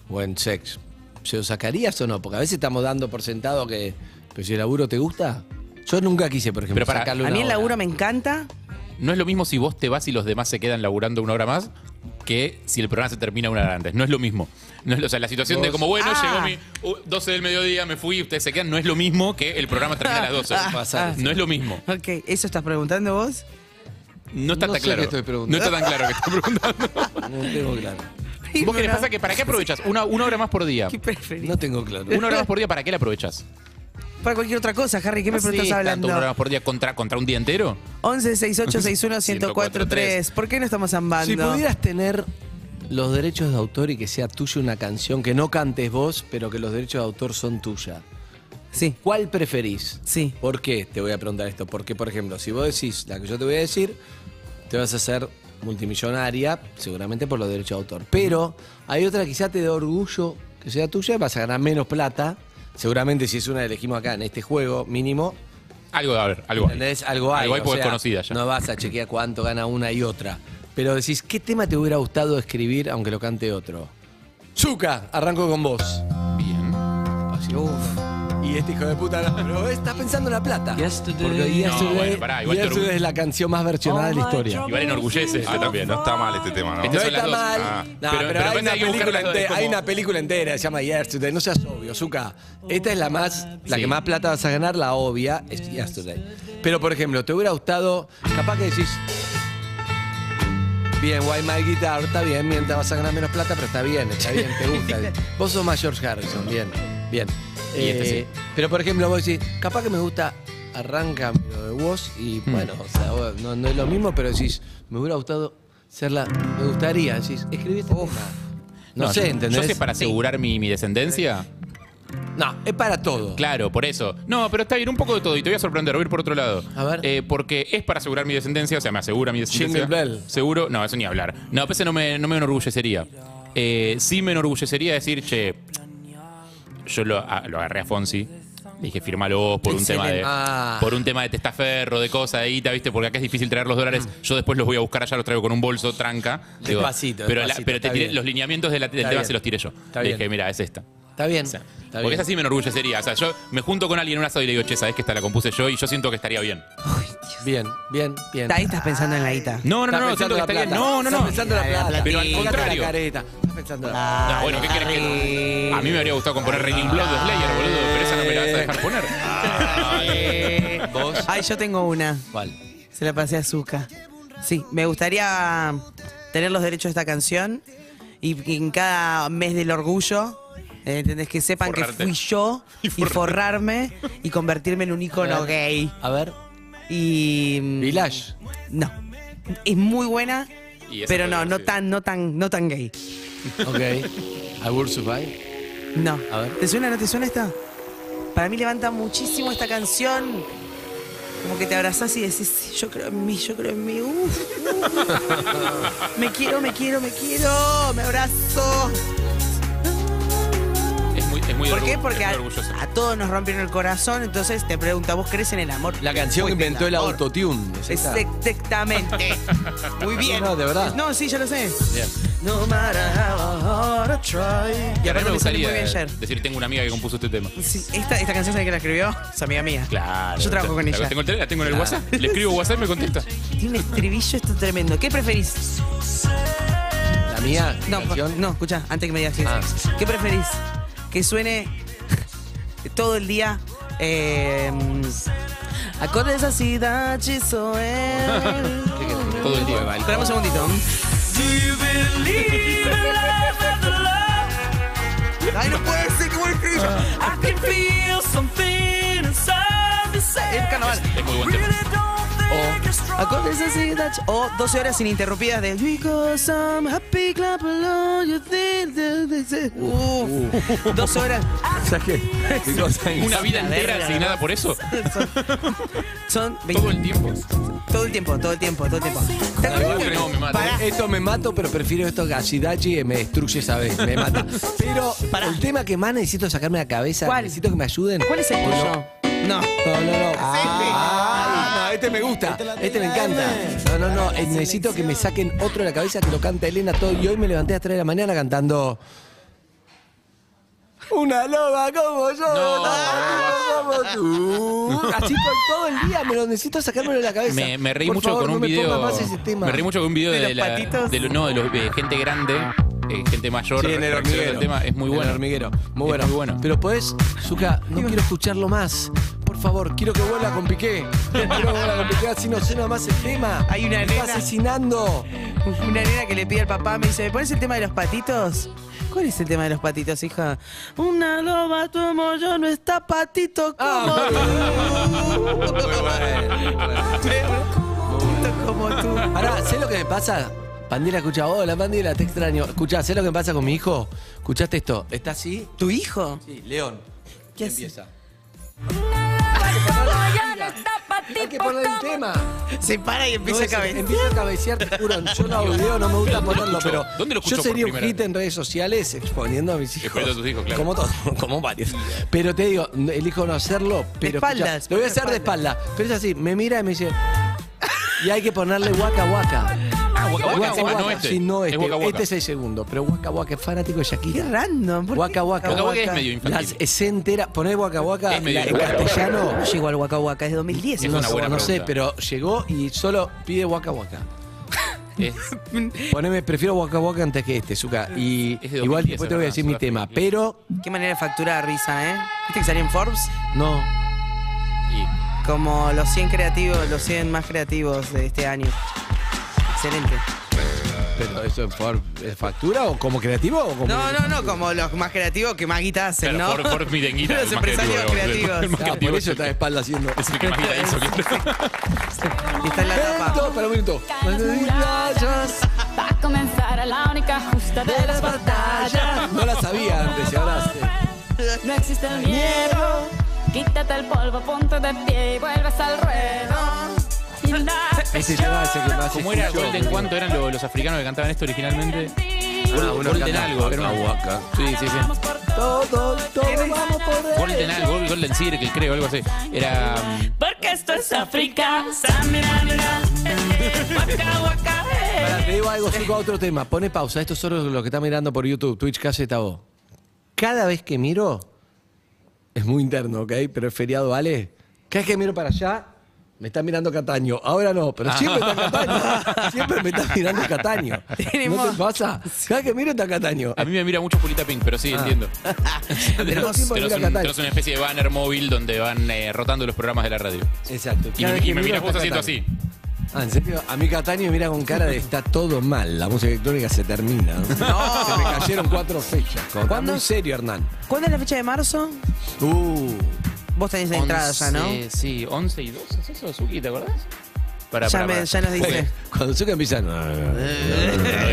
Speaker 3: o en sex, ¿se lo sacarías o no? Porque a veces estamos dando por sentado que, pero si el laburo te gusta, Yo nunca quise, por ejemplo,
Speaker 4: Pero para-
Speaker 3: sacarle
Speaker 5: A
Speaker 3: una
Speaker 5: mí el
Speaker 3: hora.
Speaker 5: laburo me encanta.
Speaker 4: No es lo mismo si vos te vas y los demás se quedan laburando una hora más que si el programa se termina una hora antes. No es lo mismo. No es lo- o sea, la situación de como, bueno,
Speaker 5: Ah.
Speaker 4: llegó mi uh, 12 del mediodía, me fui, ustedes se quedan, no es lo mismo que el programa termina a las 12.
Speaker 3: Pasar.
Speaker 4: No es lo mismo.
Speaker 5: Ok, ¿eso estás preguntando vos?
Speaker 4: No está
Speaker 3: No
Speaker 4: tan
Speaker 3: sé
Speaker 4: claro.
Speaker 3: qué estoy
Speaker 4: no
Speaker 3: preguntando.
Speaker 4: está tan claro que estoy preguntando.
Speaker 3: No tengo claro.
Speaker 4: ¿Vos qué les pasa? que ¿Para qué aprovechas? Una, una hora más por día.
Speaker 5: ¿Qué preferís?
Speaker 3: No tengo claro.
Speaker 4: Una hora más por día, ¿para qué la aprovechas?
Speaker 5: Para cualquier otra cosa, Harry,
Speaker 4: Ah,
Speaker 5: ¿qué me estás hablando?
Speaker 4: una hora más por día contra, contra un día entero?
Speaker 5: 11 68 61 1043. ¿Por qué no estamos
Speaker 3: Si
Speaker 5: zambando?
Speaker 3: pudieras tener los derechos de autor y que sea tuya una canción que no cantes vos, pero que los derechos de autor son tuya.
Speaker 5: Sí.
Speaker 3: ¿Cuál preferís?
Speaker 5: Sí.
Speaker 3: ¿Por qué? Te voy a preguntar esto. Porque, por ejemplo, si vos decís la que yo te voy a decir, te vas a hacer multimillonaria, seguramente por los derechos de autor. Pero hay otra que quizá te dé orgullo que sea tuya, vas a ganar menos plata. Seguramente si es una que elegimos acá en este juego mínimo,
Speaker 4: Algo, a ver, algo. hay.
Speaker 3: ¿entendés? Algo hay.
Speaker 4: Algo hay
Speaker 3: o
Speaker 4: porque
Speaker 3: sea,
Speaker 4: es conocida ya.
Speaker 3: No vas a chequear cuánto gana una y otra. Pero decís, ¿qué tema te hubiera gustado escribir aunque lo cante otro? Zuka, arranco con vos.
Speaker 4: Bien.
Speaker 3: Y este hijo de puta, no, pero está pensando en la plata.
Speaker 2: Yesterday.
Speaker 3: Porque Yesterday,
Speaker 4: No, bueno, pará, igual te
Speaker 3: Yesterday
Speaker 4: orgu-
Speaker 3: es la canción más versionada de la historia.
Speaker 4: Igual enorgullece eso
Speaker 6: Ah, no,
Speaker 4: también.
Speaker 6: no está mal este tema, ¿no?
Speaker 4: Este
Speaker 3: No
Speaker 4: son
Speaker 3: está
Speaker 4: las dos.
Speaker 3: mal.
Speaker 6: Ah.
Speaker 3: No,
Speaker 4: Pero-
Speaker 3: pero,
Speaker 4: pero
Speaker 3: hay,
Speaker 4: depende,
Speaker 3: una
Speaker 4: hay que
Speaker 3: película
Speaker 4: buscarla,
Speaker 3: ente-
Speaker 4: es como-
Speaker 3: hay una película entera, se llama Yesterday. No seas obvio, Zuka. Esta es la más, la
Speaker 4: Sí.
Speaker 3: que más plata vas a ganar, la obvia, es Yesterday. Pero, por ejemplo, te hubiera gustado, capaz que decís, bien, Why My Guitar, está bien, mientras vas a ganar menos plata, pero está bien, está bien, te gusta. vos sos más George Harrison, bien, bien. Eh,
Speaker 4: Y este sí.
Speaker 3: Pero, por ejemplo, vos decís, capaz que me gusta Arranca lo de vos y
Speaker 4: Hmm.
Speaker 3: bueno, o sea, vos- no, no es lo mismo, pero decís, me hubiera gustado ser la. Me gustaría, decís, escribí este tema. No, sé,
Speaker 4: yo-
Speaker 3: ¿entendés?
Speaker 4: Yo sé para asegurar mi, mi descendencia.
Speaker 3: No, es para todo.
Speaker 4: Claro, por eso. No, pero está bien, un poco de todo. Y te voy a sorprender, voy a ir por otro lado.
Speaker 3: A ver.
Speaker 4: Eh, porque es para asegurar mi descendencia, o sea, me asegura mi descendencia.
Speaker 3: Jingle bell.
Speaker 4: Seguro. No, eso ni hablar. No, pese no me, no me enorgullecería. Eh, sí me enorgullecería decir, che, yo lo, a- lo agarré a Fonsi. Le dije, firmalo vos por un tema de.
Speaker 3: Excelente. Ah.
Speaker 4: Por un tema de testaferro, de cosas, de guita, viste, porque acá es difícil traer los dólares.
Speaker 3: Mm.
Speaker 4: Yo después los voy a buscar allá, los traigo con un bolso, tranca. Digo,
Speaker 3: Despacito,
Speaker 4: pero la-
Speaker 3: despacito,
Speaker 4: pero te
Speaker 3: está
Speaker 4: tiré
Speaker 3: bien.
Speaker 4: los lineamientos de la- del
Speaker 3: Está
Speaker 4: tema
Speaker 3: bien.
Speaker 4: se los tiré yo.
Speaker 3: Está
Speaker 4: Le
Speaker 3: bien.
Speaker 4: dije, mira, es esta.
Speaker 3: Está bien.
Speaker 4: O sea,
Speaker 3: Está
Speaker 4: porque
Speaker 3: bien.
Speaker 4: esa sí me enorgullecería. O sea, yo me junto con alguien en un asado y le digo, che, sabes que esta la compuse yo y yo siento que estaría bien.
Speaker 3: Bien, bien, bien.
Speaker 5: Ahí estás pensando en la guita.
Speaker 4: No, no,
Speaker 3: Estás
Speaker 4: no, no,
Speaker 3: pensando
Speaker 4: siento
Speaker 3: en la
Speaker 4: que estaría bien.
Speaker 3: plata.
Speaker 4: No, no, no.
Speaker 3: Estás pensando en la plata.
Speaker 4: Pero al
Speaker 3: Fíjate la
Speaker 4: contrario.
Speaker 3: careta. Estás pensando en la
Speaker 4: No, Ah, bueno, ¿qué querés que.? A mí me habría gustado
Speaker 5: Ah.
Speaker 4: componer Raining Blood de Slayer, boludo, pero esa no me la vas a dejar poner.
Speaker 5: Ah.
Speaker 3: ¿Vos?
Speaker 5: Ay, yo tengo una.
Speaker 3: ¿Cuál?
Speaker 5: Se la pasé a Zuka. Sí, me gustaría tener los derechos de esta canción y que en cada mes del orgullo, eh, ¿entendés? Que sepan
Speaker 4: Forrarte.
Speaker 5: que fui yo y, forrarme y convertirme en un icono
Speaker 3: A ver.
Speaker 5: gay.
Speaker 3: A ver.
Speaker 5: Y. mm,
Speaker 3: Village.
Speaker 5: No. Es muy buena,
Speaker 4: Y esa
Speaker 5: pero
Speaker 4: podría
Speaker 5: no,
Speaker 4: haber
Speaker 5: no
Speaker 4: sido.
Speaker 5: tan, no tan, no tan gay.
Speaker 3: Ok. I will survive.
Speaker 5: No.
Speaker 3: A ver.
Speaker 5: ¿Te suena, no te suena esta? Para mí levanta muchísimo esta canción. Como que te abrazás y decís, "Sí, yo creo en mí, yo creo en mí. Uf, uf. Me quiero, me quiero, me quiero. Me abrazo.
Speaker 4: Es muy, es muy
Speaker 5: ¿Por qué?
Speaker 4: orgu-
Speaker 5: Porque
Speaker 4: es muy
Speaker 5: a,
Speaker 4: orgulloso.
Speaker 5: a todos nos rompieron el corazón, entonces te pregunta, ¿vos crees en el amor?
Speaker 3: La canción que
Speaker 5: Pues,
Speaker 3: inventó el
Speaker 5: amor.
Speaker 3: autotune. ¿es esta?
Speaker 5: Exactamente. Muy bien.
Speaker 3: No, no, de verdad.
Speaker 5: No, sí, ya lo sé.
Speaker 3: Bien.
Speaker 5: No matter how hard I try. Y
Speaker 4: A mí
Speaker 5: aparte
Speaker 4: me
Speaker 5: me sale
Speaker 4: gustaría
Speaker 5: muy bien ayer.
Speaker 4: decir, tengo una amiga que compuso este tema.
Speaker 5: Sí, esta, esta canción, ¿sabes que la escribió? Es amiga mía.
Speaker 4: Claro.
Speaker 5: Yo trabajo con
Speaker 4: La- La
Speaker 5: ella.
Speaker 4: tengo, en el tele- la tengo en el WhatsApp. Le escribo WhatsApp y me contesta.
Speaker 5: Tiene un estribillo esto tremendo. ¿Qué preferís?
Speaker 3: La mía.
Speaker 5: No,
Speaker 3: canción.
Speaker 5: no, escucha, antes que me digas qué es. ¿Qué preferís? Que suene todo el día. Eh, acordes así, that you so well.
Speaker 4: Todo el día.
Speaker 5: Esperame un segundito. Ay, no puede ser, qué buen estribillo. I can feel something inside this- Es carnaval. Oh.
Speaker 4: Es muy buen tema.
Speaker 5: O acordes así, that you- o 12 oh, horas ininterrumpidas de Because I'm happy, clap along, you think that this is- Uf, 12 horas.
Speaker 3: ¿Sabes qué? Qué cosa es.
Speaker 4: Una vida
Speaker 5: La
Speaker 4: entera
Speaker 5: verga,
Speaker 4: asignada por eso.
Speaker 5: Son
Speaker 4: Todo
Speaker 5: 20
Speaker 4: el tiempo.
Speaker 5: todo el tiempo, todo el tiempo, todo el tiempo. ¿Te acuerdas
Speaker 4: Igual que no, me mata.
Speaker 5: Pará.
Speaker 3: Esto me mato, pero prefiero esto que Asidachi me destruye esa vez, me mata. Pero el tema que más necesito sacarme de la cabeza,
Speaker 5: ¿Cuál?
Speaker 3: necesito que me ayuden.
Speaker 5: ¿Cuál es el
Speaker 3: ¿O
Speaker 5: tuyo? No.
Speaker 3: No, no, no. Ah, no, este me gusta, este me encanta. No, no, no, eh, necesito que me saquen otro de la cabeza que lo canta Elena todo. Y hoy me levanté a las 3 de la mañana cantando. Una loba como yo,
Speaker 4: No.
Speaker 3: no, como Uh, así estoy todo el día, me lo necesito sacármelo de la cabeza.
Speaker 4: Me, me reí
Speaker 3: Por
Speaker 4: mucho
Speaker 3: favor,
Speaker 4: con un
Speaker 3: no Me,
Speaker 4: video.
Speaker 3: pongas más ese tema.
Speaker 4: me reí mucho con un video
Speaker 5: ¿De
Speaker 4: de, la.
Speaker 5: los patitos?
Speaker 4: De, lo- no, de, los- de gente grande, eh, gente mayor.
Speaker 3: Sí, en el
Speaker 4: reaccionando al
Speaker 3: hormiguero.
Speaker 4: tema. Es muy
Speaker 3: En
Speaker 4: bueno.
Speaker 3: el hormiguero. Muy
Speaker 4: Es
Speaker 3: bueno.
Speaker 4: muy bueno.
Speaker 3: Pero podés, Zuka, no quiero escucharlo más. Por favor, quiero que vuelva con Piqué. Quiero que vuelva con Piqué, así no sé nada más el tema.
Speaker 5: Hay una
Speaker 3: Me está
Speaker 5: nena.
Speaker 3: asesinando.
Speaker 5: Una nena que le pide al papá, me dice, ¿me pones el tema de los patitos? ¿Cuál es el tema de los patitos, hija? Una loba como yo no está patito como
Speaker 3: Ah,
Speaker 5: tú.
Speaker 3: Muy
Speaker 5: Patito como tú.
Speaker 3: Ahora, ¿sé lo que me pasa? Pandila, escucha, hola Pandila, te extraño. Escucha, ¿sé lo que me pasa con mi hijo? Escuchaste esto, ¿está así?
Speaker 5: ¿Tu hijo?
Speaker 3: Sí, León.
Speaker 5: ¿Qué hace?
Speaker 3: Empieza. Hay que poner el
Speaker 1: Como
Speaker 3: tema.
Speaker 5: Se para y empieza
Speaker 3: No,
Speaker 5: a
Speaker 3: es-
Speaker 5: cabecear.
Speaker 3: Empieza a cabecear, te juro. Yo no audio, no me gusta ponerlo,
Speaker 4: escucho?
Speaker 3: pero.
Speaker 4: ¿Dónde lo escucho
Speaker 3: Yo
Speaker 4: por
Speaker 3: sería un
Speaker 4: primera
Speaker 3: hit
Speaker 4: vez?
Speaker 3: en redes sociales exponiendo a mis hijos.
Speaker 4: Exponiendo a tus hijos, claro.
Speaker 3: Como todos, como varios. Pero te digo, no- elijo no hacerlo, pero.
Speaker 5: espalda,
Speaker 3: escuchá, lo voy a hacer de espalda. Pero es así, me mira y me dice. Y hay que ponerle waka waka.
Speaker 4: Ah, Waka Waka, encima, no este.
Speaker 3: Sí, no
Speaker 4: Es
Speaker 3: este.
Speaker 4: Waka Waka.
Speaker 3: Este es el segundo, pero waka waka es fanático de
Speaker 5: Qué
Speaker 3: Shakira.
Speaker 5: random. ¿por qué
Speaker 3: Waka Waka.
Speaker 4: Waka Waka es medio infantil.
Speaker 3: Las es entera, poné waka waka
Speaker 4: Es medio
Speaker 3: la- en
Speaker 4: infantil.
Speaker 3: castellano.
Speaker 5: No llegó al Waka Waka, es 2010.
Speaker 4: Es
Speaker 3: no
Speaker 4: una
Speaker 3: sé,
Speaker 4: buena
Speaker 3: no sé,
Speaker 4: pregunta.
Speaker 3: pero llegó y solo pide waka waka.
Speaker 4: Es-
Speaker 3: Poneme, prefiero Waka Waka antes que este, Zuka. Y
Speaker 4: Es de 2010,
Speaker 3: igual después te voy a
Speaker 4: es
Speaker 3: decir
Speaker 4: verdad,
Speaker 3: mi tema,
Speaker 4: Sudáfrica.
Speaker 3: pero
Speaker 5: Qué manera de facturar risa, ¿eh? ¿Viste que salió en Forbes?
Speaker 3: no.
Speaker 4: y-
Speaker 5: Como los 100 creativos, los 100 más creativos de este año. Excelente.
Speaker 3: ¿Pero eso es por eh, factura o como creativo Ah, o como.?
Speaker 5: No, no, no, como los más creativos que más guita hacen,
Speaker 4: claro,
Speaker 5: ¿no?
Speaker 4: por, por mi denguita,
Speaker 5: Los
Speaker 4: el más creativo, digamos, el-
Speaker 5: empresarios
Speaker 4: el
Speaker 5: creativos.
Speaker 4: más
Speaker 3: Ah,
Speaker 4: creativo
Speaker 3: por
Speaker 4: es
Speaker 3: eso
Speaker 4: el
Speaker 3: está
Speaker 4: que-
Speaker 3: de espalda haciendo.
Speaker 4: Es el que más guita hizo, claro.
Speaker 5: Y está en la
Speaker 3: Esto,
Speaker 5: tapa.
Speaker 3: para un minuto.
Speaker 1: Va a comenzar a la única justa de las batallas.
Speaker 3: No la sabía antes y ahora sí.
Speaker 1: No existe el miedo. Quítate el polvo, ponte de pie y vuelves al ruedo.
Speaker 3: Ese tema es el que más
Speaker 4: ¿Cómo era
Speaker 3: escucho.
Speaker 4: Golden? ¿Cuánto eran los, los africanos que cantaban esto originalmente?
Speaker 3: Ah, uno
Speaker 4: Golden
Speaker 3: canta
Speaker 4: algo. era
Speaker 3: Waka
Speaker 4: una-
Speaker 3: Waka.
Speaker 4: Sí, sí, sí.
Speaker 3: Todo, todo, vamos por
Speaker 4: Golden algo, Golden Circle, creo, algo así. Era. mm,
Speaker 1: Porque esto es África. Samira, Waka, waka, eh.
Speaker 3: Pará, te digo algo, sigo a otro tema. Pone pausa. Esto es solo lo que está mirando por YouTube, Twitch, Caseta O. Cada vez que miro, es muy interno, ¿ok? Pero es feriado, ¿vale? Cada vez que miro para allá, me está mirando Cataño. Ahora no,
Speaker 4: Ah.
Speaker 3: pero siempre está Cataño. Siempre me está mirando Cataño. ¿No te
Speaker 5: Tenemos-
Speaker 3: pasa? Cada vez que miro está Cataño.
Speaker 4: A mí me mira mucho Pulita Pink, pero sí, entiendo.
Speaker 3: Tenemos
Speaker 4: tenemos,
Speaker 3: Ah. tiempo de
Speaker 4: tenemos
Speaker 3: ir a
Speaker 4: un-
Speaker 3: Qatar.
Speaker 4: tenemos una especie de banner móvil donde van eh, rotando los programas de la radio.
Speaker 3: Exacto.
Speaker 4: Y
Speaker 3: Cada
Speaker 4: me,
Speaker 3: vez
Speaker 4: y
Speaker 3: que
Speaker 4: me
Speaker 3: miro
Speaker 4: miras vos
Speaker 3: está
Speaker 4: haciendo
Speaker 3: Cataño.
Speaker 4: así.
Speaker 3: Ah, en serio, a mí Cataño me mira con cara de está todo mal. La música electrónica se termina. No. Se me cayeron cuatro fechas. ¿Cuándo? En serio, Hernán.
Speaker 5: ¿Cuándo es la fecha de marzo?
Speaker 3: Uh.
Speaker 5: Vos tenés la entrada ya, ¿no?
Speaker 4: Once, Sí, 11 y 12, ¿es eso, Suki? ¿Te acordás? Para,
Speaker 5: Ya, me- ya nos
Speaker 3: Porque
Speaker 5: dice.
Speaker 3: Cuando Zucca empieza. No, no, no, no, no,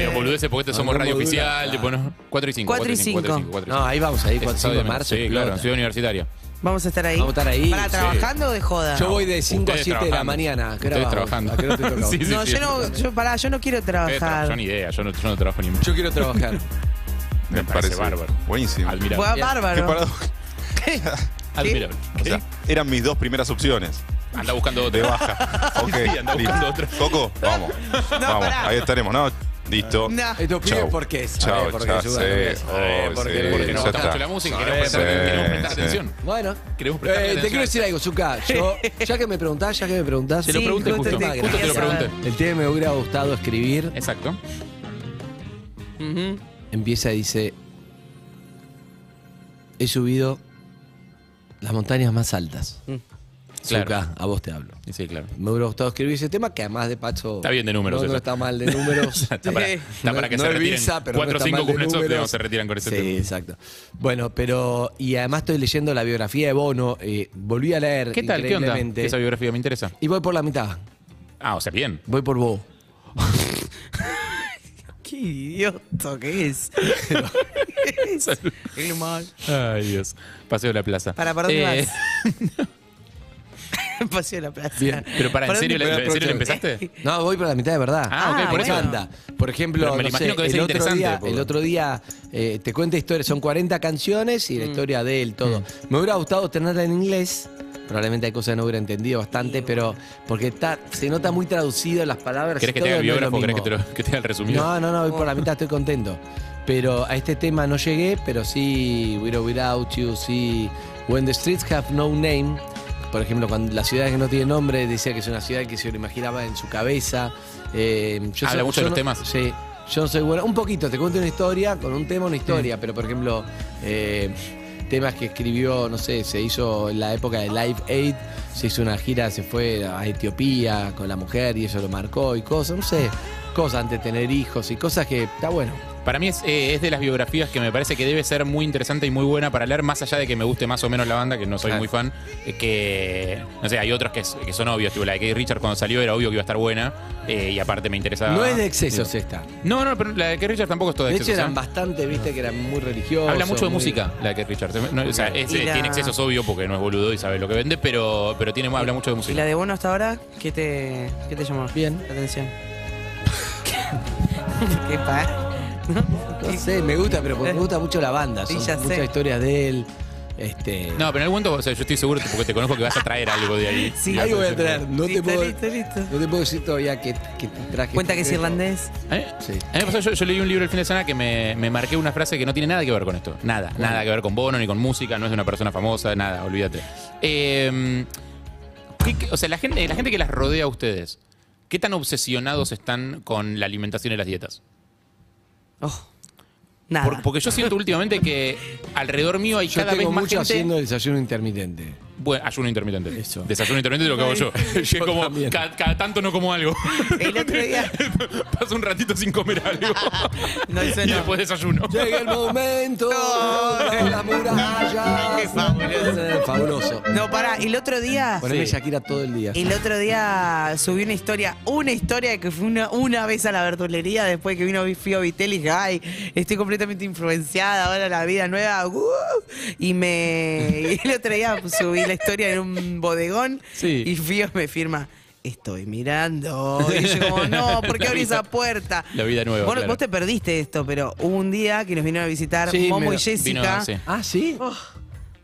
Speaker 3: no".
Speaker 4: Boludeces, porque este somos
Speaker 3: Hablamos
Speaker 4: radio
Speaker 3: de-
Speaker 4: oficial. tipo, ¿no? 4 y 5.
Speaker 5: Cuatro y cinco.
Speaker 3: No, ahí vamos, ahí, 4 5 de marzo.
Speaker 4: Sí,
Speaker 3: explota.
Speaker 4: claro, ciudad universitaria.
Speaker 5: Vamos a estar ahí.
Speaker 3: Vamos a estar ahí,
Speaker 5: ¿Para
Speaker 3: sí.
Speaker 5: trabajando o de joda?
Speaker 3: Yo voy de 5 a
Speaker 4: Ustedes
Speaker 3: 7 de la
Speaker 4: trabajando.
Speaker 3: mañana. ¿A qué hora
Speaker 4: Ustedes
Speaker 3: vamos?
Speaker 4: trabajando.
Speaker 3: ¿A qué hora te toca?
Speaker 4: Sí, sí,
Speaker 5: no,
Speaker 4: sí.
Speaker 5: yo no, yo, pará, yo no quiero
Speaker 4: Ustedes trabajan, Yo
Speaker 5: trabajar.
Speaker 4: ni idea, yo no, yo no trabajo ni en
Speaker 3: Yo quiero trabajar.
Speaker 4: Me parece bárbaro.
Speaker 6: Buenísimo.
Speaker 4: Admirable.
Speaker 5: Fue
Speaker 6: Qué
Speaker 5: bárbaro.
Speaker 6: parado-
Speaker 4: Admirable.
Speaker 6: O sea, eran mis dos primeras opciones.
Speaker 4: Anda buscando
Speaker 6: De
Speaker 4: otro.
Speaker 6: baja. Ok.
Speaker 4: Sí, anda
Speaker 6: listo.
Speaker 4: buscando otra.
Speaker 6: Coco, vamos. vamos.
Speaker 5: pará.
Speaker 6: Ahí estaremos, ¿no? Listo.
Speaker 5: No.
Speaker 3: Estos pibes,
Speaker 6: Chau.
Speaker 3: ¿por qué? es?
Speaker 6: Chau,
Speaker 3: Eh, porque
Speaker 6: ya
Speaker 3: ayudan,
Speaker 6: sé.
Speaker 3: ¿no?
Speaker 6: Oh,
Speaker 3: Eh, porque-
Speaker 6: sí,
Speaker 4: Porque
Speaker 3: porque
Speaker 4: nos
Speaker 6: ya
Speaker 4: gusta
Speaker 6: está.
Speaker 4: mucho la música y
Speaker 6: Sí,
Speaker 4: queremos prestar, queremos prestar
Speaker 6: sí.
Speaker 4: atención.
Speaker 3: Bueno,
Speaker 4: Queremos
Speaker 3: eh,
Speaker 4: prestar
Speaker 3: te
Speaker 4: atención.
Speaker 3: quiero decir algo, Zucca. Yo, ya que me preguntás, ya que me preguntás.
Speaker 4: Te lo
Speaker 5: Sí,
Speaker 4: pregunté
Speaker 5: justo
Speaker 4: justo.
Speaker 5: te
Speaker 4: Justo te
Speaker 5: quería
Speaker 4: lo
Speaker 5: saber.
Speaker 4: pregunté.
Speaker 3: El tema me hubiera gustado escribir.
Speaker 4: Exacto.
Speaker 3: Empieza y dice: He subido las montañas más altas.
Speaker 4: Mm. Claro.
Speaker 3: Zucca, a vos te hablo.
Speaker 4: Y Sí, claro.
Speaker 3: Me hubiera gustado escribir ese tema, que además de Pacho.
Speaker 4: Está bien de números
Speaker 3: No, no
Speaker 4: eso.
Speaker 3: está mal de números.
Speaker 4: Está para, está para que
Speaker 3: No
Speaker 4: se
Speaker 3: es
Speaker 4: retiren.
Speaker 3: Visa, pero no
Speaker 4: cuatro o
Speaker 3: está
Speaker 4: cinco
Speaker 3: mal de
Speaker 4: cumpleaños
Speaker 3: números.
Speaker 4: digamos, se retiran con ese
Speaker 3: sí,
Speaker 4: tema.
Speaker 3: exacto. Bueno, pero. Y además estoy leyendo la biografía de Bono. eh, volví a leer.
Speaker 4: ¿Qué tal? ¿Qué onda?
Speaker 3: increíblemente,
Speaker 4: Esa biografía me interesa.
Speaker 3: Y voy por la mitad.
Speaker 4: Ah, o sea, bien.
Speaker 3: Voy por vos.
Speaker 5: Qué idiota que es. El humor.
Speaker 4: Ay, Dios. Paseo de la plaza.
Speaker 5: Para, ¿para dónde
Speaker 4: Eh,
Speaker 5: vas? Paseo de la plaza.
Speaker 3: Bien,
Speaker 4: Pero para, ¿en
Speaker 5: ¿Para
Speaker 4: serio,
Speaker 5: dónde-
Speaker 4: la- ¿en serio la empezaste?
Speaker 3: No, voy por la mitad de verdad.
Speaker 4: Ah, ok,
Speaker 5: Ah,
Speaker 4: por
Speaker 3: Me
Speaker 4: eso.
Speaker 5: bueno.
Speaker 3: encanta. Por ejemplo,
Speaker 4: Pero me
Speaker 3: no
Speaker 4: imagino
Speaker 3: sé,
Speaker 4: que debe
Speaker 3: el,
Speaker 4: ser
Speaker 3: otro
Speaker 4: interesante,
Speaker 3: día,
Speaker 4: porque-
Speaker 3: el otro día eh, te cuenta historias, son 40 canciones
Speaker 4: Mm.
Speaker 3: y la historia de él, todo. Me hubiera gustado tenerla en inglés, probablemente hay cosas que no hubiera entendido bastante, pero porque está, se nota muy traducido las palabras.
Speaker 4: ¿Querés
Speaker 3: y
Speaker 4: que
Speaker 3: todo,
Speaker 4: te haga Oh. el
Speaker 3: no es lo
Speaker 4: biógrafo? ¿Querés que
Speaker 3: mismo.
Speaker 4: te, lo, que te haga el resumido?
Speaker 3: No, no, no, voy por la mitad, estoy contento. Pero a este tema no llegué, pero sí We're Without You, sí When the Streets Have No Name. Por ejemplo, cuando la ciudad que no tiene nombre decía que es una ciudad que se lo imaginaba en su cabeza. Eh, yo
Speaker 4: Habla
Speaker 3: soy-
Speaker 4: mucho de
Speaker 3: yo
Speaker 4: los temas.
Speaker 3: Sí. Yo no soy bueno. Un poquito, te cuento una historia, con un tema, una historia, pero por ejemplo, eh, temas que escribió, no sé, se hizo en la época de Live Aid, se hizo una gira, se fue a Etiopía con la mujer y eso lo marcó y cosas, no sé, cosas antes de tener hijos y cosas que está bueno.
Speaker 4: Para mí es, eh, es de las biografías que me parece que debe ser muy interesante y muy buena para leer, más allá de que me guste más o menos la banda, que no soy
Speaker 3: Claro.
Speaker 4: muy fan, eh, que, no sé, hay otras que, es- que son obvias, tipo la de Keith Richard cuando salió era obvio que iba a estar buena, eh, y aparte me interesaba...
Speaker 3: No es de excesos esta.
Speaker 4: No, no, pero la de Keith Richard tampoco es toda
Speaker 3: De
Speaker 4: de
Speaker 3: hecho
Speaker 4: excesos.
Speaker 3: eran
Speaker 4: ¿eh?
Speaker 3: bastante, viste, que eran muy religiosos.
Speaker 4: Habla mucho de
Speaker 3: muy-
Speaker 4: música la de Keith Richard. No, o sea, es-
Speaker 5: Y la-
Speaker 4: tiene excesos obvio porque no es boludo y sabe lo que vende, pero, pero tiene, habla mucho de
Speaker 5: ¿Y
Speaker 4: música.
Speaker 5: la de Bono hasta ahora? ¿Qué te, qué te llamó
Speaker 3: Bien.
Speaker 5: la atención? ¿Qué pa?
Speaker 3: No sé, me gusta, pero porque me gusta mucho la banda.
Speaker 5: Eh. Sí,
Speaker 3: Son
Speaker 5: ya sé.
Speaker 3: muchas historias de él. Este,
Speaker 4: No, pero en algún momento, o sea, yo estoy seguro porque te conozco que vas a traer algo de ahí.
Speaker 5: Sí.
Speaker 3: Algo voy a traer. No, te
Speaker 5: Listo,
Speaker 3: puedo,
Speaker 5: listo, listo.
Speaker 3: no te puedo decir todavía que, que te traje.
Speaker 5: Cuenta que es irlandés.
Speaker 4: A mí-
Speaker 3: Sí.
Speaker 4: a mí me pasó, yo, yo leí un libro ¿eh? el fin de semana que me, me marqué una frase que no tiene nada que ver con esto. Nada, nada que ver con Bono, ni con música, no es de una persona famosa, nada, olvídate. Eh, ¿qué- qué- o sea, la gente, la gente que las rodea a ustedes, ¿qué tan obsesionados están con la alimentación y las dietas?
Speaker 5: Oh, nada.
Speaker 4: Por- porque yo siento últimamente que alrededor mío hay
Speaker 3: Ah. Yo
Speaker 4: cada vez
Speaker 3: tengo
Speaker 4: más
Speaker 3: mucho
Speaker 4: gente...
Speaker 3: haciendo el desayuno intermitente.
Speaker 4: Bueno, ayuno intermitente.
Speaker 3: Eso.
Speaker 4: Desayuno intermitente es lo que hago yo. Que como
Speaker 3: también.
Speaker 4: cada, cada tanto no como algo.
Speaker 5: El otro día
Speaker 4: Paso un ratito sin comer algo.
Speaker 5: no hice
Speaker 4: y
Speaker 5: nada.
Speaker 4: después desayuno.
Speaker 3: Llega el momento.
Speaker 5: No.
Speaker 3: la muralla.
Speaker 5: Qué fabuloso.
Speaker 3: Eh, Fabuloso.
Speaker 5: No, pará. El otro día.
Speaker 3: Poneme
Speaker 4: Sí.
Speaker 3: Shakira todo el día.
Speaker 5: El otro día subí una historia, una historia de que fue una, una vez a la verdulería después que vino Fío Vitel y dije, ay, estoy completamente influenciada, ahora la vida nueva. uh". y me. y el otro día subí la historia en un bodegón
Speaker 4: Sí.
Speaker 5: y Fío me firma. Estoy mirando. Y yo como, no, ¿por qué abrí esa puerta?
Speaker 4: La vida nueva,
Speaker 5: Vos,
Speaker 4: claro.
Speaker 5: vos te perdiste esto, pero hubo un día que nos vinieron a visitar
Speaker 3: Sí,
Speaker 5: Momo
Speaker 3: me-
Speaker 5: y Jessica.
Speaker 4: Vino, sí.
Speaker 3: Ah,
Speaker 5: Oh.
Speaker 3: sí.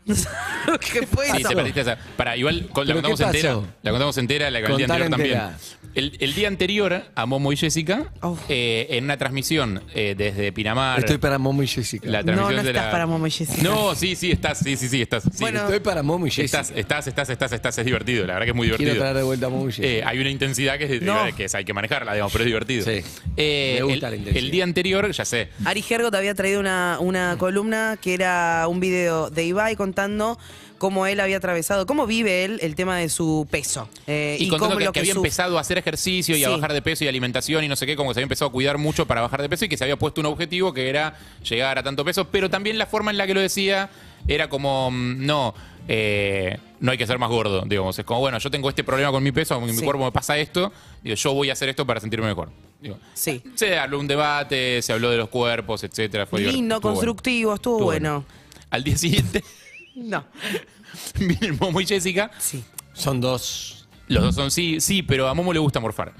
Speaker 5: No sé lo que fue
Speaker 4: Sí,
Speaker 5: eso.
Speaker 4: te perdiste esa. Para, igual con- la
Speaker 3: ¿Pero qué
Speaker 4: contamos entera.
Speaker 3: pasó?
Speaker 4: La contamos entera, la el día
Speaker 3: Contala
Speaker 4: anterior
Speaker 3: entera.
Speaker 4: también. El, el día anterior a Momo y Jessica,
Speaker 5: Oh.
Speaker 4: eh, en una transmisión eh, desde Pinamar.
Speaker 3: Estoy para Momo y Jessica.
Speaker 4: la
Speaker 5: No,
Speaker 4: transmisión
Speaker 5: no
Speaker 4: de
Speaker 5: estás
Speaker 4: la-
Speaker 5: para Momo y Jessica.
Speaker 4: No, sí, sí, estás, sí, sí, sí, estás. sí.
Speaker 5: Bueno,
Speaker 3: Estoy para Momo y Jessica.
Speaker 4: estás, estás, estás, estás, estás, es divertido, la verdad que es muy
Speaker 3: Quiero
Speaker 4: divertido.
Speaker 3: traer de vuelta a Momo y Jessica.
Speaker 4: Eh, hay una intensidad que, es-
Speaker 5: No.
Speaker 4: que es- hay que manejarla, digamos, pero es divertido.
Speaker 3: Sí.
Speaker 4: Eh,
Speaker 3: Me gusta
Speaker 4: el,
Speaker 3: la intensidad.
Speaker 4: el día anterior, ya sé.
Speaker 5: Ari Gergo te había traído una, una columna que era un video de Ibai contando cómo él había atravesado, cómo vive él el tema de su peso. eh,
Speaker 4: Y, contando
Speaker 5: cómo
Speaker 4: que,
Speaker 5: lo
Speaker 4: que había
Speaker 5: sufre.
Speaker 4: empezado a hacer ejercicio y a
Speaker 5: Sí.
Speaker 4: bajar de peso y alimentación y no sé qué, como que se había empezado a cuidar mucho para bajar de peso y que se había puesto un objetivo que era llegar a tanto peso, pero también la forma en la que lo decía era como, mm, no, eh, no hay que ser más gordo, digamos. Es como, bueno, yo tengo este problema con mi peso, mi
Speaker 5: Sí.
Speaker 4: cuerpo me pasa esto, digo, yo voy a hacer esto para sentirme mejor. Digo,
Speaker 5: Sí.
Speaker 4: Se habló un debate, se habló de los cuerpos, etcétera. Fue divertido,
Speaker 5: Lindo,
Speaker 4: estuvo bueno.
Speaker 5: constructivo, estuvo,
Speaker 4: Estuvo
Speaker 5: bueno.
Speaker 4: Al día siguiente,
Speaker 5: No.
Speaker 4: vienen Momo y Jessica.
Speaker 5: Sí,
Speaker 3: Son dos.
Speaker 4: Los dos son sí, sí, pero a Momo le gusta morfar.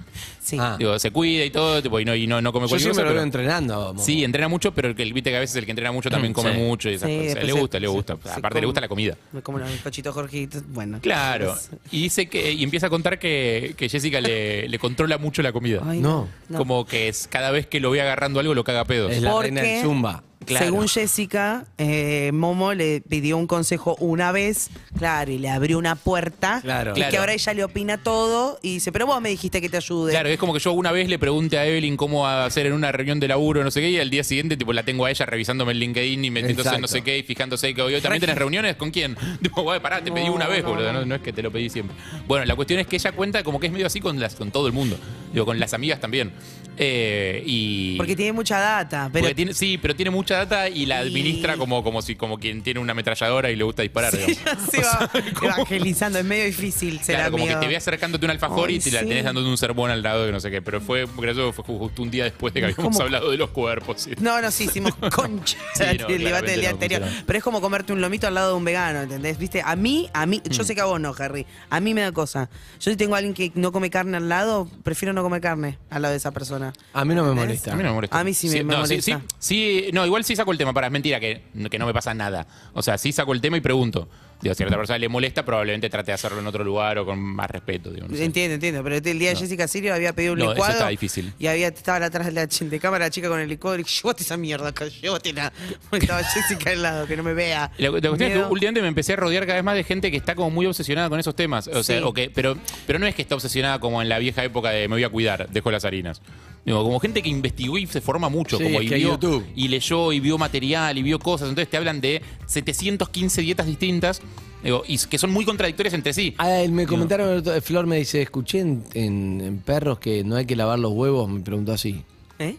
Speaker 5: sí.
Speaker 3: Ah.
Speaker 4: Digo, se cuida y todo, tipo, y no, y no, no come
Speaker 3: Yo
Speaker 4: cualquier
Speaker 3: siempre
Speaker 4: cosa.
Speaker 3: lo veo
Speaker 4: pero-
Speaker 3: entrenando. a Momo.
Speaker 4: Sí, entrena mucho, pero el que viste que a veces el que entrena mucho también come
Speaker 3: sí.
Speaker 4: mucho y esas
Speaker 5: Mm, Sí,
Speaker 4: cosas. Le
Speaker 5: después
Speaker 4: gusta,
Speaker 5: se-
Speaker 4: le gusta.
Speaker 5: se- se
Speaker 4: Aparte le gusta
Speaker 5: come.
Speaker 4: la comida.
Speaker 5: Como los bizcochitos Jorgito, bueno.
Speaker 4: Claro. Y dice que, y empieza a contar que, que Jessica le, le controla mucho la comida.
Speaker 5: Ay,
Speaker 3: No.
Speaker 4: Como que es cada vez que lo ve agarrando algo lo caga a pedos.
Speaker 3: Es la
Speaker 5: Porque-
Speaker 3: reina del Zumba.
Speaker 4: Claro.
Speaker 5: Según Jessica, eh, Momo le pidió un consejo una vez, claro, y le abrió una puerta.
Speaker 3: Claro.
Speaker 5: Y que
Speaker 4: Claro.
Speaker 5: ahora ella le opina todo y dice, pero vos me dijiste que te ayude.
Speaker 4: Claro, es como que yo una vez le pregunte a Evelyn cómo hacer en una reunión de laburo, no sé qué, y al día siguiente tipo la tengo a ella revisándome el LinkedIn y metiéndose en no sé
Speaker 3: Exacto.
Speaker 4: qué y fijándose que hoy también tenés reuniones con quién. Digo, "Guay, pará, te pedí
Speaker 5: No,
Speaker 4: una vez,
Speaker 5: no,
Speaker 4: boludo,
Speaker 5: no.
Speaker 4: no, no es que te lo pedí siempre. Bueno, la cuestión es que ella cuenta como que es medio así con las con todo el mundo, digo, con las amigas también. Eh, y
Speaker 5: Porque tiene mucha data, pero
Speaker 4: porque tiene- sí, pero tiene mucha data y la
Speaker 5: Y-
Speaker 4: administra como, como si como quien tiene una ametralladora y le gusta disparar. digamos.
Speaker 5: se va evangelizando, es medio difícil ser
Speaker 4: Claro, como
Speaker 5: amigo.
Speaker 4: que te ve acercándote a un alfajor
Speaker 5: Ay,
Speaker 4: y te la
Speaker 5: sí.
Speaker 4: tenés dándote un sermón al lado de no sé qué. Pero fue gracioso, fue ju- justo un día después de que habíamos
Speaker 5: como-
Speaker 4: hablado de los cuerpos. y-
Speaker 5: No, no, sí, hicimos concha
Speaker 4: Sí, no,
Speaker 5: el debate del
Speaker 4: claramente
Speaker 5: día
Speaker 4: no
Speaker 5: anterior.
Speaker 4: funcionó.
Speaker 5: Pero es como comerte un lomito al lado de un vegano, ¿entendés? Viste, a mí, a mí,
Speaker 4: Mm.
Speaker 5: yo sé que a vos no, Harry, a mí me da cosa. Yo si tengo a alguien que no come carne al lado, prefiero no comer carne al lado de esa persona.
Speaker 3: A mí no me molesta.
Speaker 4: A mí no me molesta.
Speaker 5: A mí sí me- me
Speaker 4: no, Sí,
Speaker 5: molesta.
Speaker 4: sí, sí, no, igual sí saco el tema. Para, es mentira que, que no me pasa nada. O sea, sí saco el tema y pregunto. Digo, si a otra persona le molesta, probablemente trate de hacerlo en otro lugar o con más respeto. Digo, no sé.
Speaker 5: Entiendo, entiendo. Pero el día de Jessica Sirio había pedido un
Speaker 4: No, eso
Speaker 5: licuado.
Speaker 4: está difícil.
Speaker 5: Y había, estaba atrás de la ch- de cámara la chica con el licuado. Y dije, llévate esa mierda acá, llévatela. Porque estaba Jessica al lado, que no me vea.
Speaker 4: La, la cuestión es
Speaker 5: Miedo.
Speaker 4: que últimamente me empecé a rodear cada vez más de gente que está como muy obsesionada con esos temas. O sea,
Speaker 5: Sí.
Speaker 4: o que- pero, pero no es que está obsesionada como en la vieja época de me voy a cuidar, dejo las harinas. Digo, como gente que investigó y se forma mucho.
Speaker 3: Sí,
Speaker 4: como
Speaker 3: es
Speaker 4: y,
Speaker 3: que hay
Speaker 4: vio-
Speaker 3: YouTube.
Speaker 4: y leyó y vio material y vio cosas. Entonces te hablan de 715 dietas distintas digo, y que son muy contradictorias entre sí.
Speaker 3: Ah, él me comentaron, el otro- Flor me dice, escuché en, en- en perros que no hay que lavar los huevos, me preguntó así.
Speaker 5: ¿Eh?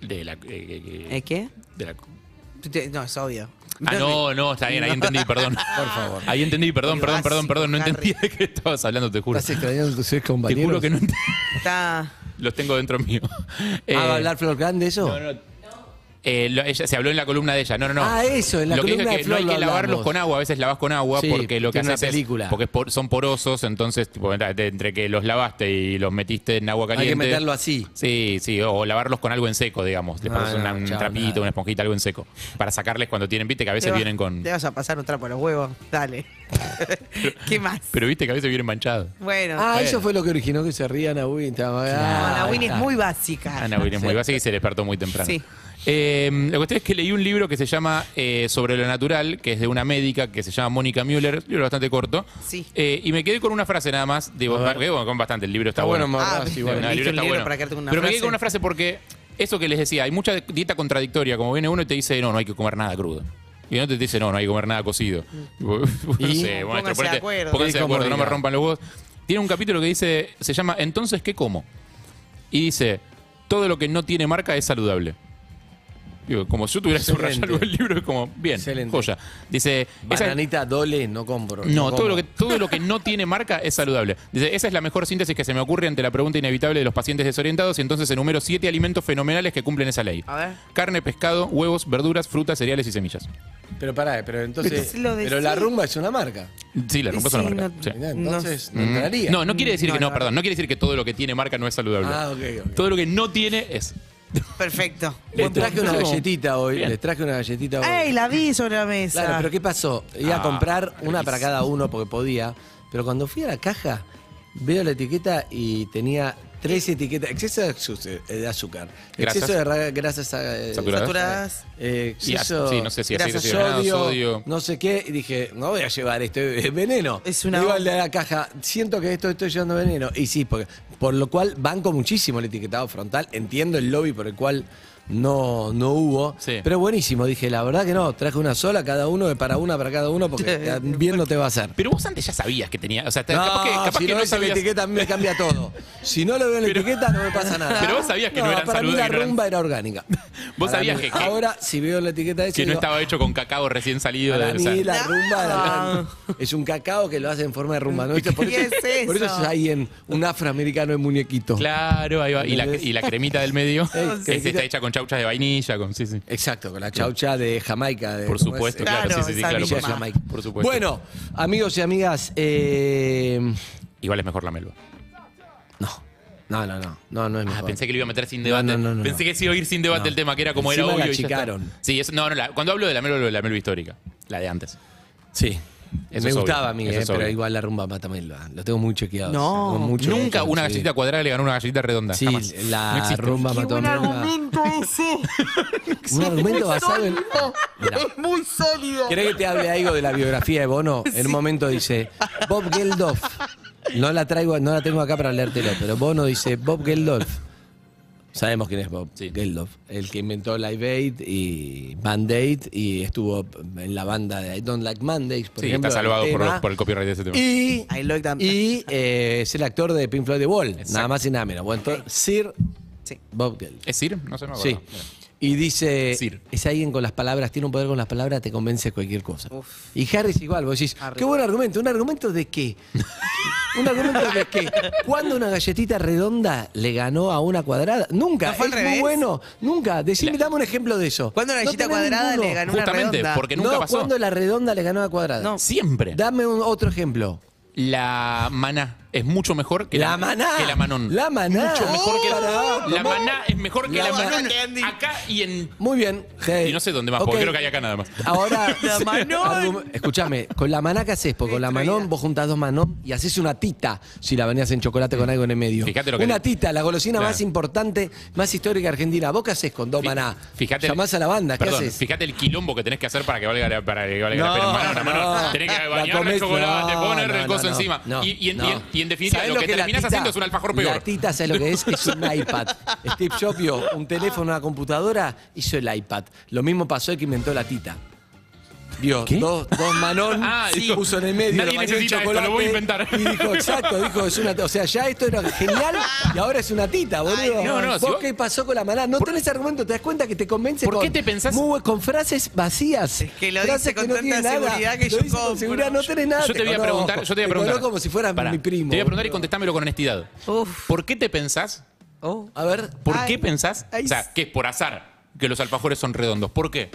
Speaker 4: De la, eh, eh, eh,
Speaker 5: ¿Eh, ¿Qué?
Speaker 4: de la-
Speaker 5: Tú te- No, es obvio.
Speaker 4: Ah, no, no, está bien, ahí entendí, perdón. Por favor. Ahí entendí, perdón,
Speaker 5: Muy
Speaker 4: perdón, perdón,
Speaker 5: básico,
Speaker 4: perdón. No
Speaker 5: Harry.
Speaker 4: entendía de qué estabas hablando, te juro.
Speaker 3: ¿Estás extrañando tus ex
Speaker 4: Te
Speaker 3: compañeros?
Speaker 4: juro que no entendí.
Speaker 5: Está.
Speaker 4: Los tengo dentro mío. Eh,
Speaker 3: ¿Ah, va a hablar Flor Grande eso?
Speaker 4: No, no. Eh, lo- ella, se habló en la columna de ella. No, no, no.
Speaker 3: Ah, eso, en la
Speaker 4: Lo que dijo
Speaker 3: columna
Speaker 4: es
Speaker 3: de
Speaker 4: que
Speaker 3: Flor
Speaker 4: no hay que
Speaker 3: lo
Speaker 4: lavarlos
Speaker 3: hablamos.
Speaker 4: con agua. A veces lavas con agua
Speaker 3: Sí,
Speaker 4: porque lo que
Speaker 3: tiene una
Speaker 4: haces es-
Speaker 3: película.
Speaker 4: Porque es por- son porosos, entonces, tipo, entre entre que los lavaste y los metiste en agua caliente.
Speaker 3: meterlo así.
Speaker 4: Sí, sí, o lavarlos con algo en seco, digamos. Le
Speaker 3: No,
Speaker 4: pones
Speaker 3: no,
Speaker 4: una- un
Speaker 3: chao,
Speaker 4: trapito,
Speaker 3: nada.
Speaker 4: una esponjita, algo en seco. Para sacarles cuando tienen, viste, que a veces
Speaker 5: te va-
Speaker 4: vienen con.
Speaker 5: Te vas a pasar un trapo a los huevos. Dale. ¿Qué más?
Speaker 4: Pero viste que a veces vienen manchados.
Speaker 5: Bueno.
Speaker 3: Ah,
Speaker 4: Bueno.
Speaker 3: eso fue lo que originó que se rían a Winnie. "Ah,
Speaker 5: no, la Winnie es muy básica.
Speaker 4: Ana Williams muy básica y se despertó muy temprano.
Speaker 5: Sí.
Speaker 4: Eh, la cuestión es que leí un libro que se llama eh, Sobre lo Natural, que es de una médica que se llama Mónica Müller, un libro bastante corto.
Speaker 5: Sí.
Speaker 4: Eh, y y me quedé con una frase nada más. Digo,
Speaker 3: A ver.
Speaker 4: me quedé con bastante, el libro está,
Speaker 3: Está bueno,
Speaker 4: bueno.
Speaker 5: Ah,
Speaker 3: Morras,
Speaker 5: sí,
Speaker 4: No,
Speaker 3: igual.
Speaker 4: no,
Speaker 5: bueno,
Speaker 4: el libro está bueno.
Speaker 5: para quedarte con una
Speaker 4: Pero me
Speaker 5: frase.
Speaker 4: quedé con una frase porque eso que les decía, hay mucha dieta contradictoria. Como viene uno y te dice, no, no hay que comer nada crudo. Y otro te dice, no, no hay que comer nada cocido. Tipo, no
Speaker 3: ¿Y?
Speaker 4: sé,
Speaker 5: Mm. Pónganse de
Speaker 4: maestro, ponete-
Speaker 5: acuerdo.
Speaker 4: pónganse
Speaker 3: ¿Y
Speaker 4: de
Speaker 3: cómo
Speaker 4: acuerdo, no me
Speaker 3: diga?
Speaker 4: rompan los huevos. Tiene un capítulo que dice, se llama Entonces, ¿qué como? Y dice, todo lo que no tiene marca es saludable. Digo, como si yo tuviera
Speaker 3: Excelente.
Speaker 4: subrayado el libro, es como, bien,
Speaker 3: Excelente.
Speaker 4: joya. Dice, esa-
Speaker 3: Bananita Dole no compro.
Speaker 4: no, todo
Speaker 3: como.
Speaker 4: lo, que, todo lo que no tiene marca es saludable. Dice, esa es la mejor síntesis que se me ocurre ante la pregunta inevitable de los pacientes desorientados y entonces enumero siete alimentos fenomenales que cumplen esa ley.
Speaker 5: A ver.
Speaker 4: Carne, pescado, huevos, verduras, frutas, cereales y semillas.
Speaker 3: Pero pará, pero entonces...
Speaker 5: Entonces lo
Speaker 3: Pero la
Speaker 5: decís.
Speaker 3: rumba es una marca.
Speaker 4: Sí, la rompa es una
Speaker 5: Sí,
Speaker 4: marca.
Speaker 5: no-
Speaker 4: sí.
Speaker 3: Mirá, entonces no,
Speaker 4: Mm.
Speaker 3: entraría.
Speaker 4: No, no quiere decir
Speaker 5: No,
Speaker 4: que no,
Speaker 5: no.
Speaker 4: perdón. No quiere decir que todo lo que tiene marca no es saludable.
Speaker 3: Ah, ok, ok.
Speaker 4: Todo lo que no tiene es.
Speaker 5: Perfecto.
Speaker 3: Les traje una
Speaker 4: No.
Speaker 3: galletita hoy.
Speaker 4: Bien.
Speaker 3: Les traje una galletita hoy.
Speaker 5: ¡Ey, la vi sobre la mesa!
Speaker 3: Claro, pero ¿qué pasó? Iba a
Speaker 4: Ah,
Speaker 3: comprar una
Speaker 4: qué
Speaker 3: para cada uno porque podía, pero cuando fui a la caja, veo la etiqueta y tenía tres etiquetas. Exceso de, azu- eh, de azúcar,
Speaker 4: Grasas.
Speaker 3: exceso de ra- grasas eh,
Speaker 4: Saturadas.
Speaker 5: Saturadas.
Speaker 3: eh,
Speaker 4: Y az-
Speaker 3: exceso
Speaker 4: sí, no sé si aceite,
Speaker 3: grasas,
Speaker 4: si
Speaker 3: sodio,
Speaker 4: granado, sodio.
Speaker 3: no sé qué. Y dije, no voy a llevar esto, es veneno.
Speaker 5: Es una
Speaker 3: Digo
Speaker 5: bomba.
Speaker 3: al de la caja, siento que esto estoy llevando veneno. Y sí, porque, por lo cual banco muchísimo el etiquetado frontal. Entiendo el lobby por el cual no, no hubo.
Speaker 4: Sí.
Speaker 3: Pero buenísimo, dije, la verdad que no, traje una sola cada uno, de para una para cada uno, porque bien no te va a hacer.
Speaker 4: Pero vos antes ya sabías que tenía. O sea,
Speaker 3: No,
Speaker 4: capaz que,
Speaker 3: si
Speaker 4: capaz que
Speaker 3: no,
Speaker 4: no,
Speaker 3: ves la
Speaker 4: sabías.
Speaker 3: etiqueta a mí me cambia todo. Si no lo veo en la etiqueta no me pasa nada.
Speaker 4: Pero vos sabías que no eran
Speaker 3: para mí la
Speaker 4: saludables, que no eran-
Speaker 3: rumba era orgánica.
Speaker 4: Vos
Speaker 3: Para
Speaker 4: sabías
Speaker 3: mí.
Speaker 4: que- que-
Speaker 3: Ahora, si veo en la etiqueta esa,
Speaker 4: Que no
Speaker 3: digo,
Speaker 4: estaba hecho con cacao recién salido.
Speaker 3: Para
Speaker 4: de- o sea,
Speaker 3: mí la rumba era- es un cacao que lo hace en forma de rumba. ¿no? ¿Viste? Por,
Speaker 5: ¿Qué
Speaker 3: eso,
Speaker 5: es
Speaker 3: por eso
Speaker 5: eso?
Speaker 3: es ahí en un afroamericano en muñequito.
Speaker 4: Claro, ahí va. Y la, y la cremita del medio
Speaker 3: Ey,
Speaker 4: es- está
Speaker 3: cremita.
Speaker 4: hecha con chauchas de vainilla, con sí, sí.
Speaker 3: Exacto, con la chaucha de Jamaica. de-
Speaker 4: Por
Speaker 3: ¿cómo es?
Speaker 4: supuesto,
Speaker 3: Eh,
Speaker 4: claro,
Speaker 5: Claro,
Speaker 4: sí, sí, sí,
Speaker 5: esa
Speaker 4: claro.
Speaker 3: Villa
Speaker 4: Por,
Speaker 5: misma.
Speaker 3: Jamaica.
Speaker 4: por supuesto.
Speaker 3: Bueno, amigos y amigas, eh,
Speaker 4: Igual es mejor la melva.
Speaker 3: no. No, no, no, no, no es
Speaker 4: Ah,
Speaker 3: mejor.
Speaker 4: pensé que lo iba a meter sin
Speaker 3: No,
Speaker 4: debate.
Speaker 3: no, no, no,
Speaker 4: pensé
Speaker 3: no.
Speaker 4: que se iba a ir sin debate
Speaker 3: No.
Speaker 4: el tema, que era como
Speaker 3: Encima
Speaker 4: era
Speaker 3: la
Speaker 4: obvio. y ya
Speaker 3: achicaron.
Speaker 4: está. Sí, eso, no, no, la- cuando hablo de la melva, hablo de la melva histórica, la de antes.
Speaker 3: Sí.
Speaker 4: Eso
Speaker 3: me
Speaker 4: es
Speaker 3: gustaba
Speaker 4: obvio,
Speaker 3: a mí,
Speaker 4: eso
Speaker 3: eh,
Speaker 4: es
Speaker 3: pero
Speaker 4: obvio.
Speaker 3: igual la rumba mata Melba. Lo tengo muy chequeado.
Speaker 5: No.
Speaker 3: Tengo mucho,
Speaker 4: Nunca
Speaker 3: mucho,
Speaker 4: una
Speaker 3: sí.
Speaker 4: galletita cuadrada le ganó una galletita redonda.
Speaker 3: Sí,
Speaker 4: jamás. No
Speaker 3: la
Speaker 4: existe.
Speaker 3: rumba
Speaker 5: ¡Qué
Speaker 3: mata
Speaker 5: buen
Speaker 3: Melba.
Speaker 5: argumento ese!
Speaker 3: Un argumento basado en. Mirá.
Speaker 5: ¡Es muy sólido!
Speaker 3: ¿Querés que te hable algo de la biografía de Bono? En un momento dice, Bob Geldof, no la traigo, no la tengo acá para leértelo, pero Bono dice, Bob Geldof. Sabemos quién es Bob
Speaker 4: Sí.
Speaker 3: Geldof, el que inventó Live Aid y Band Aid y estuvo en la banda de I Don't Like Mondays, por
Speaker 4: Sí,
Speaker 3: ejemplo.
Speaker 4: está salvado
Speaker 3: el
Speaker 4: por,
Speaker 3: tema.
Speaker 4: por el copyright de ese tema.
Speaker 3: Y,
Speaker 5: I like that-
Speaker 3: y, eh, es el actor de Pink Floyd The Wall, nada más y nada menos. Bueno, entonces, Sir
Speaker 5: Sí.
Speaker 3: Bob Geldof.
Speaker 4: ¿Es Sir? No sé, me
Speaker 3: Sí.
Speaker 4: acuerdo. Mira.
Speaker 3: Y dice,
Speaker 4: Ah, Sir.
Speaker 3: es alguien con las palabras, tiene un poder con las palabras, te convence de cualquier cosa. Y Harris igual, vos decís, qué buen argumento, un argumento de qué. un argumento de qué. ¿Cuándo una galletita redonda le ganó a una cuadrada? Nunca,
Speaker 5: ¿No fue
Speaker 3: es
Speaker 5: al
Speaker 3: muy
Speaker 5: revés?
Speaker 3: bueno, nunca. Decime, dame un ejemplo de eso.
Speaker 5: ¿Cuándo la
Speaker 3: No
Speaker 5: galleta
Speaker 3: tenés
Speaker 5: cuadrada
Speaker 3: ninguno.
Speaker 5: le ganó una
Speaker 4: Justamente,
Speaker 5: redonda?
Speaker 4: porque nunca
Speaker 3: no,
Speaker 4: pasó.
Speaker 3: ¿cuándo la redonda le ganó a la cuadrada?
Speaker 5: No.
Speaker 4: Siempre.
Speaker 3: Dame un otro ejemplo.
Speaker 4: La maná. es mucho mejor que
Speaker 3: La maná.
Speaker 4: que la Manon.
Speaker 3: La maná. Oh,
Speaker 4: Mucho mejor que
Speaker 3: Pará,
Speaker 4: la, la
Speaker 3: tomá.
Speaker 4: maná es mejor que
Speaker 3: La
Speaker 4: la,
Speaker 3: Maná
Speaker 4: Manon
Speaker 5: Candy.
Speaker 4: acá y en
Speaker 3: Muy bien.
Speaker 4: y no sé dónde más,
Speaker 3: Ok.
Speaker 4: porque creo que hay acá nada más.
Speaker 3: Ahora,
Speaker 5: La Manon.
Speaker 3: argum- escúchame, con la maná que haces, porque con la manón vos juntás dos manón y haces una tita si la venías en chocolate con algo en el medio.
Speaker 4: Fíjate lo que-
Speaker 3: una tita, la golosina
Speaker 4: Claro.
Speaker 3: más importante, más histórica argentina. ¿Vos qué haces con dos
Speaker 4: Fí-
Speaker 3: maná?
Speaker 4: Fíjate.
Speaker 3: Llamás a la banda, ¿qué
Speaker 4: Perdón,
Speaker 3: haces?
Speaker 4: Fíjate el quilombo que tenés que hacer para que valga la, para que valga
Speaker 3: No,
Speaker 4: la pena. Mano, la mano,
Speaker 3: no.
Speaker 4: tenés que
Speaker 3: La
Speaker 4: bañar
Speaker 3: comés-
Speaker 4: el chocolate,
Speaker 3: no,
Speaker 4: ponerle el
Speaker 3: no,
Speaker 4: coso
Speaker 3: no,
Speaker 4: encima.
Speaker 3: no,
Speaker 4: y, y en,
Speaker 3: no.
Speaker 4: y en- y en definitiva,
Speaker 3: ¿Sabés
Speaker 4: lo que,
Speaker 3: la
Speaker 4: terminás
Speaker 3: tita?
Speaker 4: haciendo es un alfajor peor.
Speaker 3: La tita, ¿sabes lo que es? Es un iPad. Steve Jobs vio un teléfono, una computadora, hizo el iPad. Lo mismo pasó el que inventó la tita. Vio dos, dos manón,
Speaker 4: Ah,
Speaker 3: sí,
Speaker 4: dijo,
Speaker 3: puso en el medio,
Speaker 4: nadie
Speaker 3: lo bañó en
Speaker 4: necesita esto, lo voy a
Speaker 3: chocolate,
Speaker 4: inventar.
Speaker 3: Y dijo, exacto, dijo, es una O sea, ya esto era genial y ahora es una tita, boludo.
Speaker 4: no, no,
Speaker 3: ¿Vos
Speaker 4: si vos-
Speaker 3: qué pasó con la maná? No tenés argumento, te das cuenta que te convence
Speaker 4: ¿Por
Speaker 3: con,
Speaker 4: qué te pensás-
Speaker 3: muy- con frases vacías.
Speaker 5: Es que lo
Speaker 3: frases
Speaker 5: dice con
Speaker 3: tienen
Speaker 5: tanta
Speaker 3: nada,
Speaker 5: seguridad que
Speaker 3: lo
Speaker 5: yo
Speaker 3: dice con
Speaker 5: compro.
Speaker 3: seguridad, no tenés nada.
Speaker 4: Yo te voy a
Speaker 3: conozco.
Speaker 4: preguntar, yo te voy a
Speaker 3: Me
Speaker 4: preguntar.
Speaker 3: conozco como si fueras
Speaker 4: Pará,
Speaker 3: mi primo.
Speaker 4: Te voy a preguntar y
Speaker 3: boludo.
Speaker 4: contéstamelo con honestidad.
Speaker 5: Uf.
Speaker 4: ¿Por qué te pensás?
Speaker 5: Oh.
Speaker 3: A ver.
Speaker 4: ¿Por
Speaker 5: Ay,
Speaker 4: qué pensás?
Speaker 5: ay,
Speaker 4: o sea, que es por azar que los alfajores son redondos. ¿Por qué?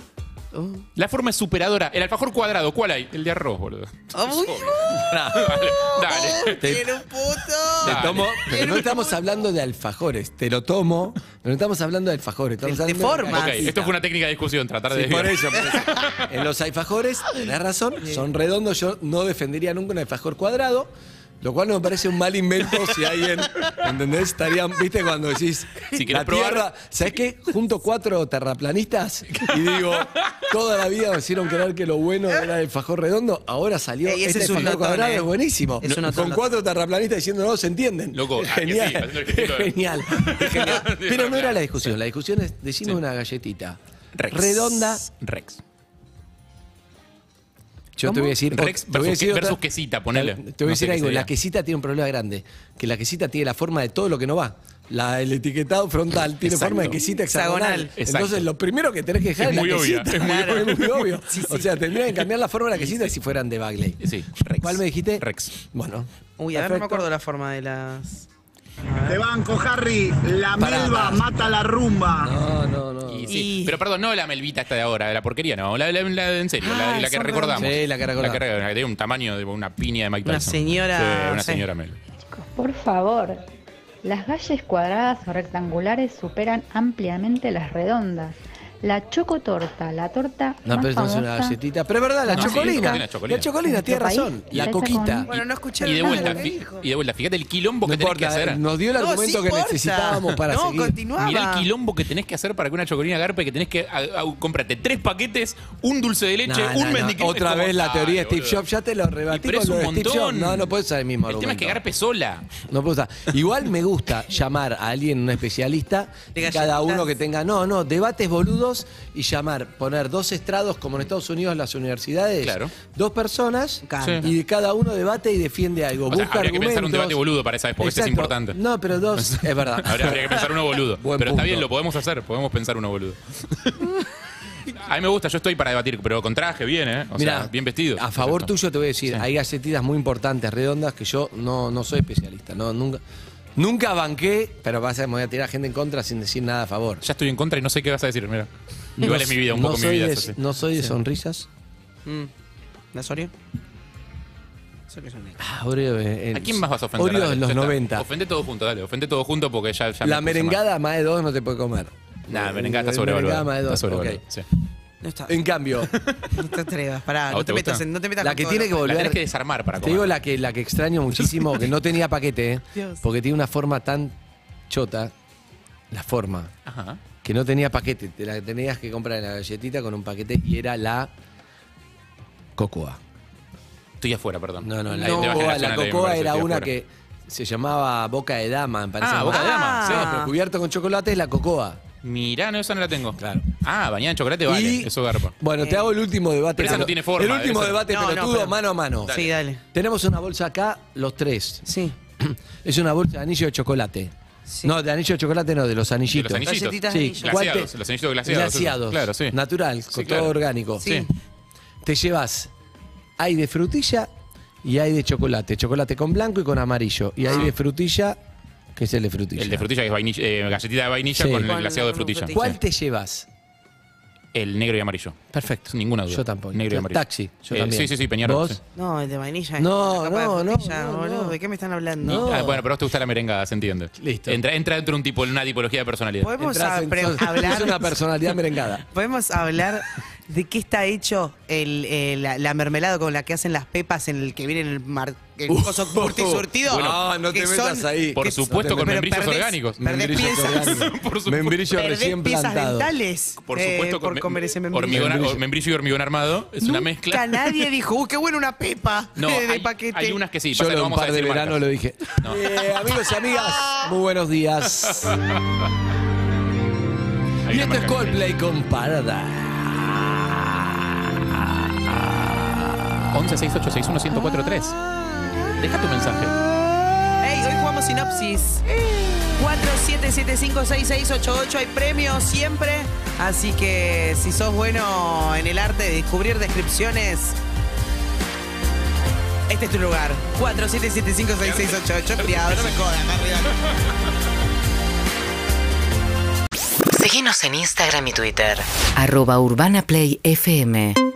Speaker 5: Oh.
Speaker 4: La forma es superadora. El alfajor cuadrado, ¿cuál hay? El de arroz, boludo.
Speaker 5: Oh, Uy,
Speaker 4: Dale, dale.
Speaker 5: ¡Quiero un puto!
Speaker 3: Te
Speaker 4: Dale.
Speaker 3: tomo, pero no estamos hablando de alfajores, te lo tomo, no estamos hablando de alfajores, estamos
Speaker 5: De- de
Speaker 3: hablando
Speaker 5: forma.
Speaker 4: Ok,
Speaker 3: galletita.
Speaker 4: esto fue una técnica de discusión, tratar de
Speaker 3: Sí, por eso, por eso. En los alfajores, tenés razón, son redondos, yo no defendería nunca un alfajor cuadrado, lo cual no me parece un mal invento si alguien, ¿entendés? Estarían, viste, cuando decís,
Speaker 4: Si querés
Speaker 3: la
Speaker 4: probar.
Speaker 3: tierra, ¿sabés qué? Junto cuatro terraplanistas y digo, toda la vida me hicieron creer que lo bueno era el alfajor redondo, ahora salió
Speaker 5: Ey, ese
Speaker 3: este
Speaker 5: es un
Speaker 3: alfajor
Speaker 5: notón,
Speaker 3: cuadrado,
Speaker 5: eh.
Speaker 3: es buenísimo.
Speaker 5: Es un
Speaker 3: Con
Speaker 5: notón.
Speaker 3: cuatro terraplanistas diciendo, no, se entienden.
Speaker 4: Loco,
Speaker 3: Es
Speaker 4: ah, que sí,
Speaker 3: genial,
Speaker 4: haciendo el
Speaker 3: es
Speaker 4: gestito de-
Speaker 3: genial, es genial.
Speaker 4: Sí,
Speaker 3: Pero no era
Speaker 4: claro.
Speaker 3: la discusión, la discusión es, decime una galletita.
Speaker 4: Rex.
Speaker 3: Redonda,
Speaker 4: Rex.
Speaker 3: Yo te voy a decir.
Speaker 4: Rex
Speaker 3: te voy a
Speaker 4: versus,
Speaker 3: decir
Speaker 4: que-
Speaker 3: otra-
Speaker 4: versus quesita, ponele.
Speaker 3: Te voy a decir algo. La quesita tiene un problema grande. Que la quesita tiene la forma de todo lo que no va. La, el etiquetado frontal tiene
Speaker 4: Exacto.
Speaker 3: forma de quesita hexagonal.
Speaker 5: Hexagonal.
Speaker 4: Exacto.
Speaker 3: Entonces, lo primero que tenés que dejar
Speaker 4: Es
Speaker 3: es, la
Speaker 4: muy obvia,
Speaker 3: quesita.
Speaker 4: es muy
Speaker 3: Claro,
Speaker 4: obvia.
Speaker 3: es muy obvio. O sea, tendrían que cambiar la forma de la quesita si fueran de Bagley.
Speaker 4: Sí, Rex.
Speaker 3: ¿Cuál me dijiste?
Speaker 4: Rex.
Speaker 3: Bueno.
Speaker 5: Uy, a ver, no me
Speaker 3: perfecto.
Speaker 5: acuerdo la forma de las.
Speaker 7: Te banco, Harry. La
Speaker 3: Pará,
Speaker 7: melva
Speaker 3: pará.
Speaker 7: mata la rumba.
Speaker 3: No, no, no.
Speaker 4: Y sí.
Speaker 5: Y-
Speaker 4: Pero perdón, no la melvita esta de ahora, de la porquería, no. La, la- la- en serio, la,
Speaker 5: Ah,
Speaker 4: la que
Speaker 5: son
Speaker 4: recordamos.
Speaker 3: redondas. Sí, la que recordamos.
Speaker 4: La que, la que tenía un tamaño de una piña de Mike
Speaker 5: Una
Speaker 4: Tyson.
Speaker 5: señora,
Speaker 4: Sí, una
Speaker 5: sí.
Speaker 4: señora Mel.
Speaker 8: Chicos, por favor, las galles cuadradas o rectangulares superan ampliamente las redondas. La chocotorta, la torta
Speaker 3: No,
Speaker 8: más
Speaker 3: pero esto no es una
Speaker 8: famosa
Speaker 3: galletita. Pero es verdad, la
Speaker 4: No, sí,
Speaker 3: chocolina.
Speaker 4: chocolina, chocolina.
Speaker 3: La chocolina, tiene
Speaker 8: Nuestro
Speaker 3: razón.
Speaker 8: país
Speaker 3: La
Speaker 8: reza
Speaker 3: coquita.
Speaker 8: con-
Speaker 5: Bueno, no escuché
Speaker 4: Y de vuelta,
Speaker 5: nada
Speaker 4: fi-
Speaker 5: de lo que dijo.
Speaker 4: y de vuelta, fíjate el quilombo que
Speaker 3: No
Speaker 4: tenés que
Speaker 3: importa,
Speaker 4: hacer.
Speaker 3: Nos dio el
Speaker 5: No, sí
Speaker 3: argumento que
Speaker 5: importa.
Speaker 3: necesitábamos para
Speaker 5: No,
Speaker 3: seguir.
Speaker 5: continuaba.
Speaker 4: Mirá el quilombo que tenés que hacer para que una chocolina garpe que tenés que a- a- comprate tres paquetes, un dulce de leche,
Speaker 3: No,
Speaker 4: un
Speaker 3: no, no.
Speaker 4: mendiquete.
Speaker 3: Otra vez la teoría de Steve Jobs, ya te lo rebatí
Speaker 4: Pero
Speaker 3: con
Speaker 4: es
Speaker 3: lo
Speaker 4: un
Speaker 3: de Steve Jobs.
Speaker 4: montón.
Speaker 3: No, no puede ser el mismo
Speaker 4: El tema es que
Speaker 3: argumento.
Speaker 4: garpe sola.
Speaker 3: No puede usar. Igual me gusta llamar a alguien, un especialista,
Speaker 5: De
Speaker 3: y cada
Speaker 5: galletitas.
Speaker 3: uno que tenga, no, no, debates boludos y llamar, poner dos estrados como en Estados Unidos las universidades,
Speaker 4: Claro.
Speaker 3: dos personas
Speaker 5: encanta.
Speaker 3: y cada uno debate y defiende algo.
Speaker 4: O sea,
Speaker 3: busca
Speaker 4: habría que pensar un
Speaker 3: argumentos.
Speaker 4: debate boludo para esa vez, porque ese es
Speaker 3: Exacto.
Speaker 4: importante.
Speaker 3: No, pero dos, es verdad.
Speaker 4: Habría, habría que pensar uno boludo. pero
Speaker 3: Buen
Speaker 4: está
Speaker 3: punto.
Speaker 4: bien, lo podemos hacer, podemos pensar uno boludo. A mí me gusta, yo estoy para debatir, pero con traje bien, ¿eh? O
Speaker 3: Mirá,
Speaker 4: sea, bien vestido.
Speaker 3: A favor tuyo te voy a decir,
Speaker 4: Sí.
Speaker 3: hay galletitas muy importantes, redondas, que yo no, no soy especialista. No, nunca, nunca banqué, pero pasa, me voy a tirar gente en contra sin decir nada a favor.
Speaker 4: Ya estoy en contra y no sé qué vas a decir, mira. Igual
Speaker 3: No-
Speaker 4: es mi vida, un
Speaker 3: no
Speaker 4: poco mi
Speaker 3: soy
Speaker 4: vida.
Speaker 3: de-
Speaker 4: eso sí.
Speaker 3: No soy de sonrisas.
Speaker 5: Mm. ¿La Soria? Soria es una-
Speaker 3: Ah, Oreo, eh, eh,
Speaker 4: ¿A quién más vas a ofender?
Speaker 3: Oreo
Speaker 4: Dale,
Speaker 3: de
Speaker 4: ya
Speaker 3: los
Speaker 4: está.
Speaker 3: 90.
Speaker 4: Ofende todo junto, dale. Ofende todo junto porque ya. ya me
Speaker 3: La
Speaker 4: puse
Speaker 3: merengada más de dos no te puede comer.
Speaker 4: mal. Nah, merengada está
Speaker 3: Eh, merengada
Speaker 4: sobrevalorada.
Speaker 3: más de
Speaker 4: Está
Speaker 3: dos,
Speaker 4: sobrevalorada.
Speaker 3: ok.
Speaker 4: sí.
Speaker 5: No está.
Speaker 3: En cambio,
Speaker 5: No te atrevas, pará.
Speaker 4: ¿A
Speaker 5: No
Speaker 4: vos te
Speaker 5: te,
Speaker 4: gusta?
Speaker 5: metas en- no te metas
Speaker 3: la
Speaker 5: con
Speaker 3: que
Speaker 5: todo
Speaker 3: tiene
Speaker 5: lo-
Speaker 3: que
Speaker 4: La
Speaker 3: volver.
Speaker 4: tenés que desarmar para
Speaker 3: Te
Speaker 4: comer.
Speaker 3: digo la que, la que extraño muchísimo, que no tenía paquete, eh,
Speaker 5: Dios.
Speaker 3: porque tiene una forma tan chota, la forma,
Speaker 4: Ajá.
Speaker 3: que no tenía paquete, te la tenías que comprar en la galletita con un paquete y era la cocoa.
Speaker 4: Estoy afuera, perdón.
Speaker 3: No, no, la
Speaker 4: Ahí te
Speaker 3: cocoa,
Speaker 4: bajé
Speaker 3: la
Speaker 4: zona, ahí me
Speaker 3: cocoa
Speaker 4: parece,
Speaker 3: era
Speaker 4: estoy
Speaker 3: una
Speaker 4: afuera.
Speaker 3: que se llamaba boca de dama, me parece.
Speaker 4: Ah, boca de dama.
Speaker 3: Sí,
Speaker 4: Sí.
Speaker 5: Ah.
Speaker 3: pero cubierto con chocolate es la cocoa.
Speaker 4: Mirá, no, esa no la tengo.
Speaker 3: Claro.
Speaker 4: Ah, bañada en chocolate vale.
Speaker 3: Y-
Speaker 4: Eso garpa.
Speaker 3: Bueno,
Speaker 5: Eh,
Speaker 3: te hago el último debate.
Speaker 4: Pero esa no
Speaker 3: pelo-
Speaker 4: tiene forma,
Speaker 3: El último
Speaker 4: esa-
Speaker 3: debate
Speaker 5: No, no,
Speaker 3: pelotudo,
Speaker 5: pero-
Speaker 3: mano a mano.
Speaker 5: Sí, dale.
Speaker 3: Tenemos una bolsa acá, los tres.
Speaker 5: Sí.
Speaker 3: Es una bolsa de anillo de chocolate.
Speaker 5: Sí.
Speaker 3: No, de anillo de chocolate no, de los anillitos.
Speaker 4: De los anillitos.
Speaker 5: Galletitas
Speaker 3: Sí,
Speaker 5: de anillo.
Speaker 4: Glaseados,
Speaker 3: guante-
Speaker 4: los anillitos glaseados, eso. Claro, sí.
Speaker 3: Natural,
Speaker 4: Sí,
Speaker 3: con
Speaker 4: claro.
Speaker 3: todo orgánico.
Speaker 5: Sí.
Speaker 3: Te llevas, hay de frutilla y hay de chocolate. Chocolate con blanco y con amarillo. Y hay de frutilla, que es el de frutilla.
Speaker 4: El de frutilla que es vainilla, eh, galletita de vainilla
Speaker 3: Sí.
Speaker 4: con el
Speaker 5: Con-
Speaker 4: glaseado de
Speaker 5: con
Speaker 4: frutilla.
Speaker 5: frutilla.
Speaker 3: ¿Cuál te llevas?
Speaker 4: el negro y amarillo.
Speaker 3: Perfecto.
Speaker 4: Ninguna duda.
Speaker 3: Yo tampoco.
Speaker 4: Negro y amarillo.
Speaker 3: Taxi. Yo
Speaker 4: Eh,
Speaker 3: también.
Speaker 4: Sí, sí, sí, Peñarol.
Speaker 3: ¿Vos?
Speaker 4: sí.
Speaker 5: No, el de vainilla.
Speaker 3: No,
Speaker 5: la capa de
Speaker 3: no, no,
Speaker 5: frutilla,
Speaker 3: no,
Speaker 5: boludo,
Speaker 3: no.
Speaker 5: ¿De qué me están hablando?
Speaker 3: No.
Speaker 4: Ah, bueno, pero a vos te gusta la merengada, se entiende.
Speaker 3: Listo.
Speaker 4: Entra, entra dentro de un tipo, una tipología de personalidad.
Speaker 5: ¿Podemos
Speaker 3: Entrás en-
Speaker 5: apre-
Speaker 3: sos-
Speaker 5: hablar?
Speaker 3: sos una personalidad merengada.
Speaker 5: ¿Podemos hablar de qué está hecho el, eh, la, la mermelada con la que hacen las pepas en el que viene el, mar, el coso curti surtido?
Speaker 3: no, Ah, no te
Speaker 5: Que
Speaker 3: metas
Speaker 5: son-
Speaker 3: ahí.
Speaker 4: Por
Speaker 5: que-
Speaker 4: supuesto, con
Speaker 5: pero
Speaker 4: membrillos
Speaker 5: perdés-
Speaker 4: orgánicos.
Speaker 5: perdés
Speaker 3: Membrillos
Speaker 5: piezas-
Speaker 3: orgánicos.
Speaker 4: Por supuesto.
Speaker 3: Membrillos
Speaker 5: perdés
Speaker 3: recién
Speaker 5: piezas
Speaker 3: plantados.
Speaker 5: dentales
Speaker 4: Por
Speaker 5: eh,
Speaker 4: supuesto,
Speaker 5: por
Speaker 4: me-
Speaker 5: comer ese membrillo.
Speaker 4: hormigón,
Speaker 3: Membrillo.
Speaker 4: membrillo y hormigón armado. Es una mezcla.
Speaker 5: Nunca nadie dijo, ¡uh, qué buena una pepa!
Speaker 4: No,
Speaker 5: de
Speaker 4: hay,
Speaker 5: paquete.
Speaker 4: hay unas que sí.
Speaker 3: Yo
Speaker 4: pasa que
Speaker 3: en un
Speaker 4: vamos a
Speaker 3: par de
Speaker 4: decir
Speaker 3: verano
Speaker 4: marcas.
Speaker 3: lo dije. Eh, amigos y amigas, muy buenos días.
Speaker 4: Hay
Speaker 3: Y
Speaker 4: una
Speaker 3: esto es
Speaker 4: marca.
Speaker 3: Coldplay con Parada.
Speaker 4: 11 6861 1043. Deja tu mensaje.
Speaker 5: Ey, hoy jugamos sinopsis. 47756688 hay premios siempre. Así que si sos bueno en el arte de descubrir descripciones, este es tu lugar. 47756688 criado, no me jodas, Mariano.
Speaker 9: Seguinos en Instagram y Twitter. Arroba Urbana Play FM.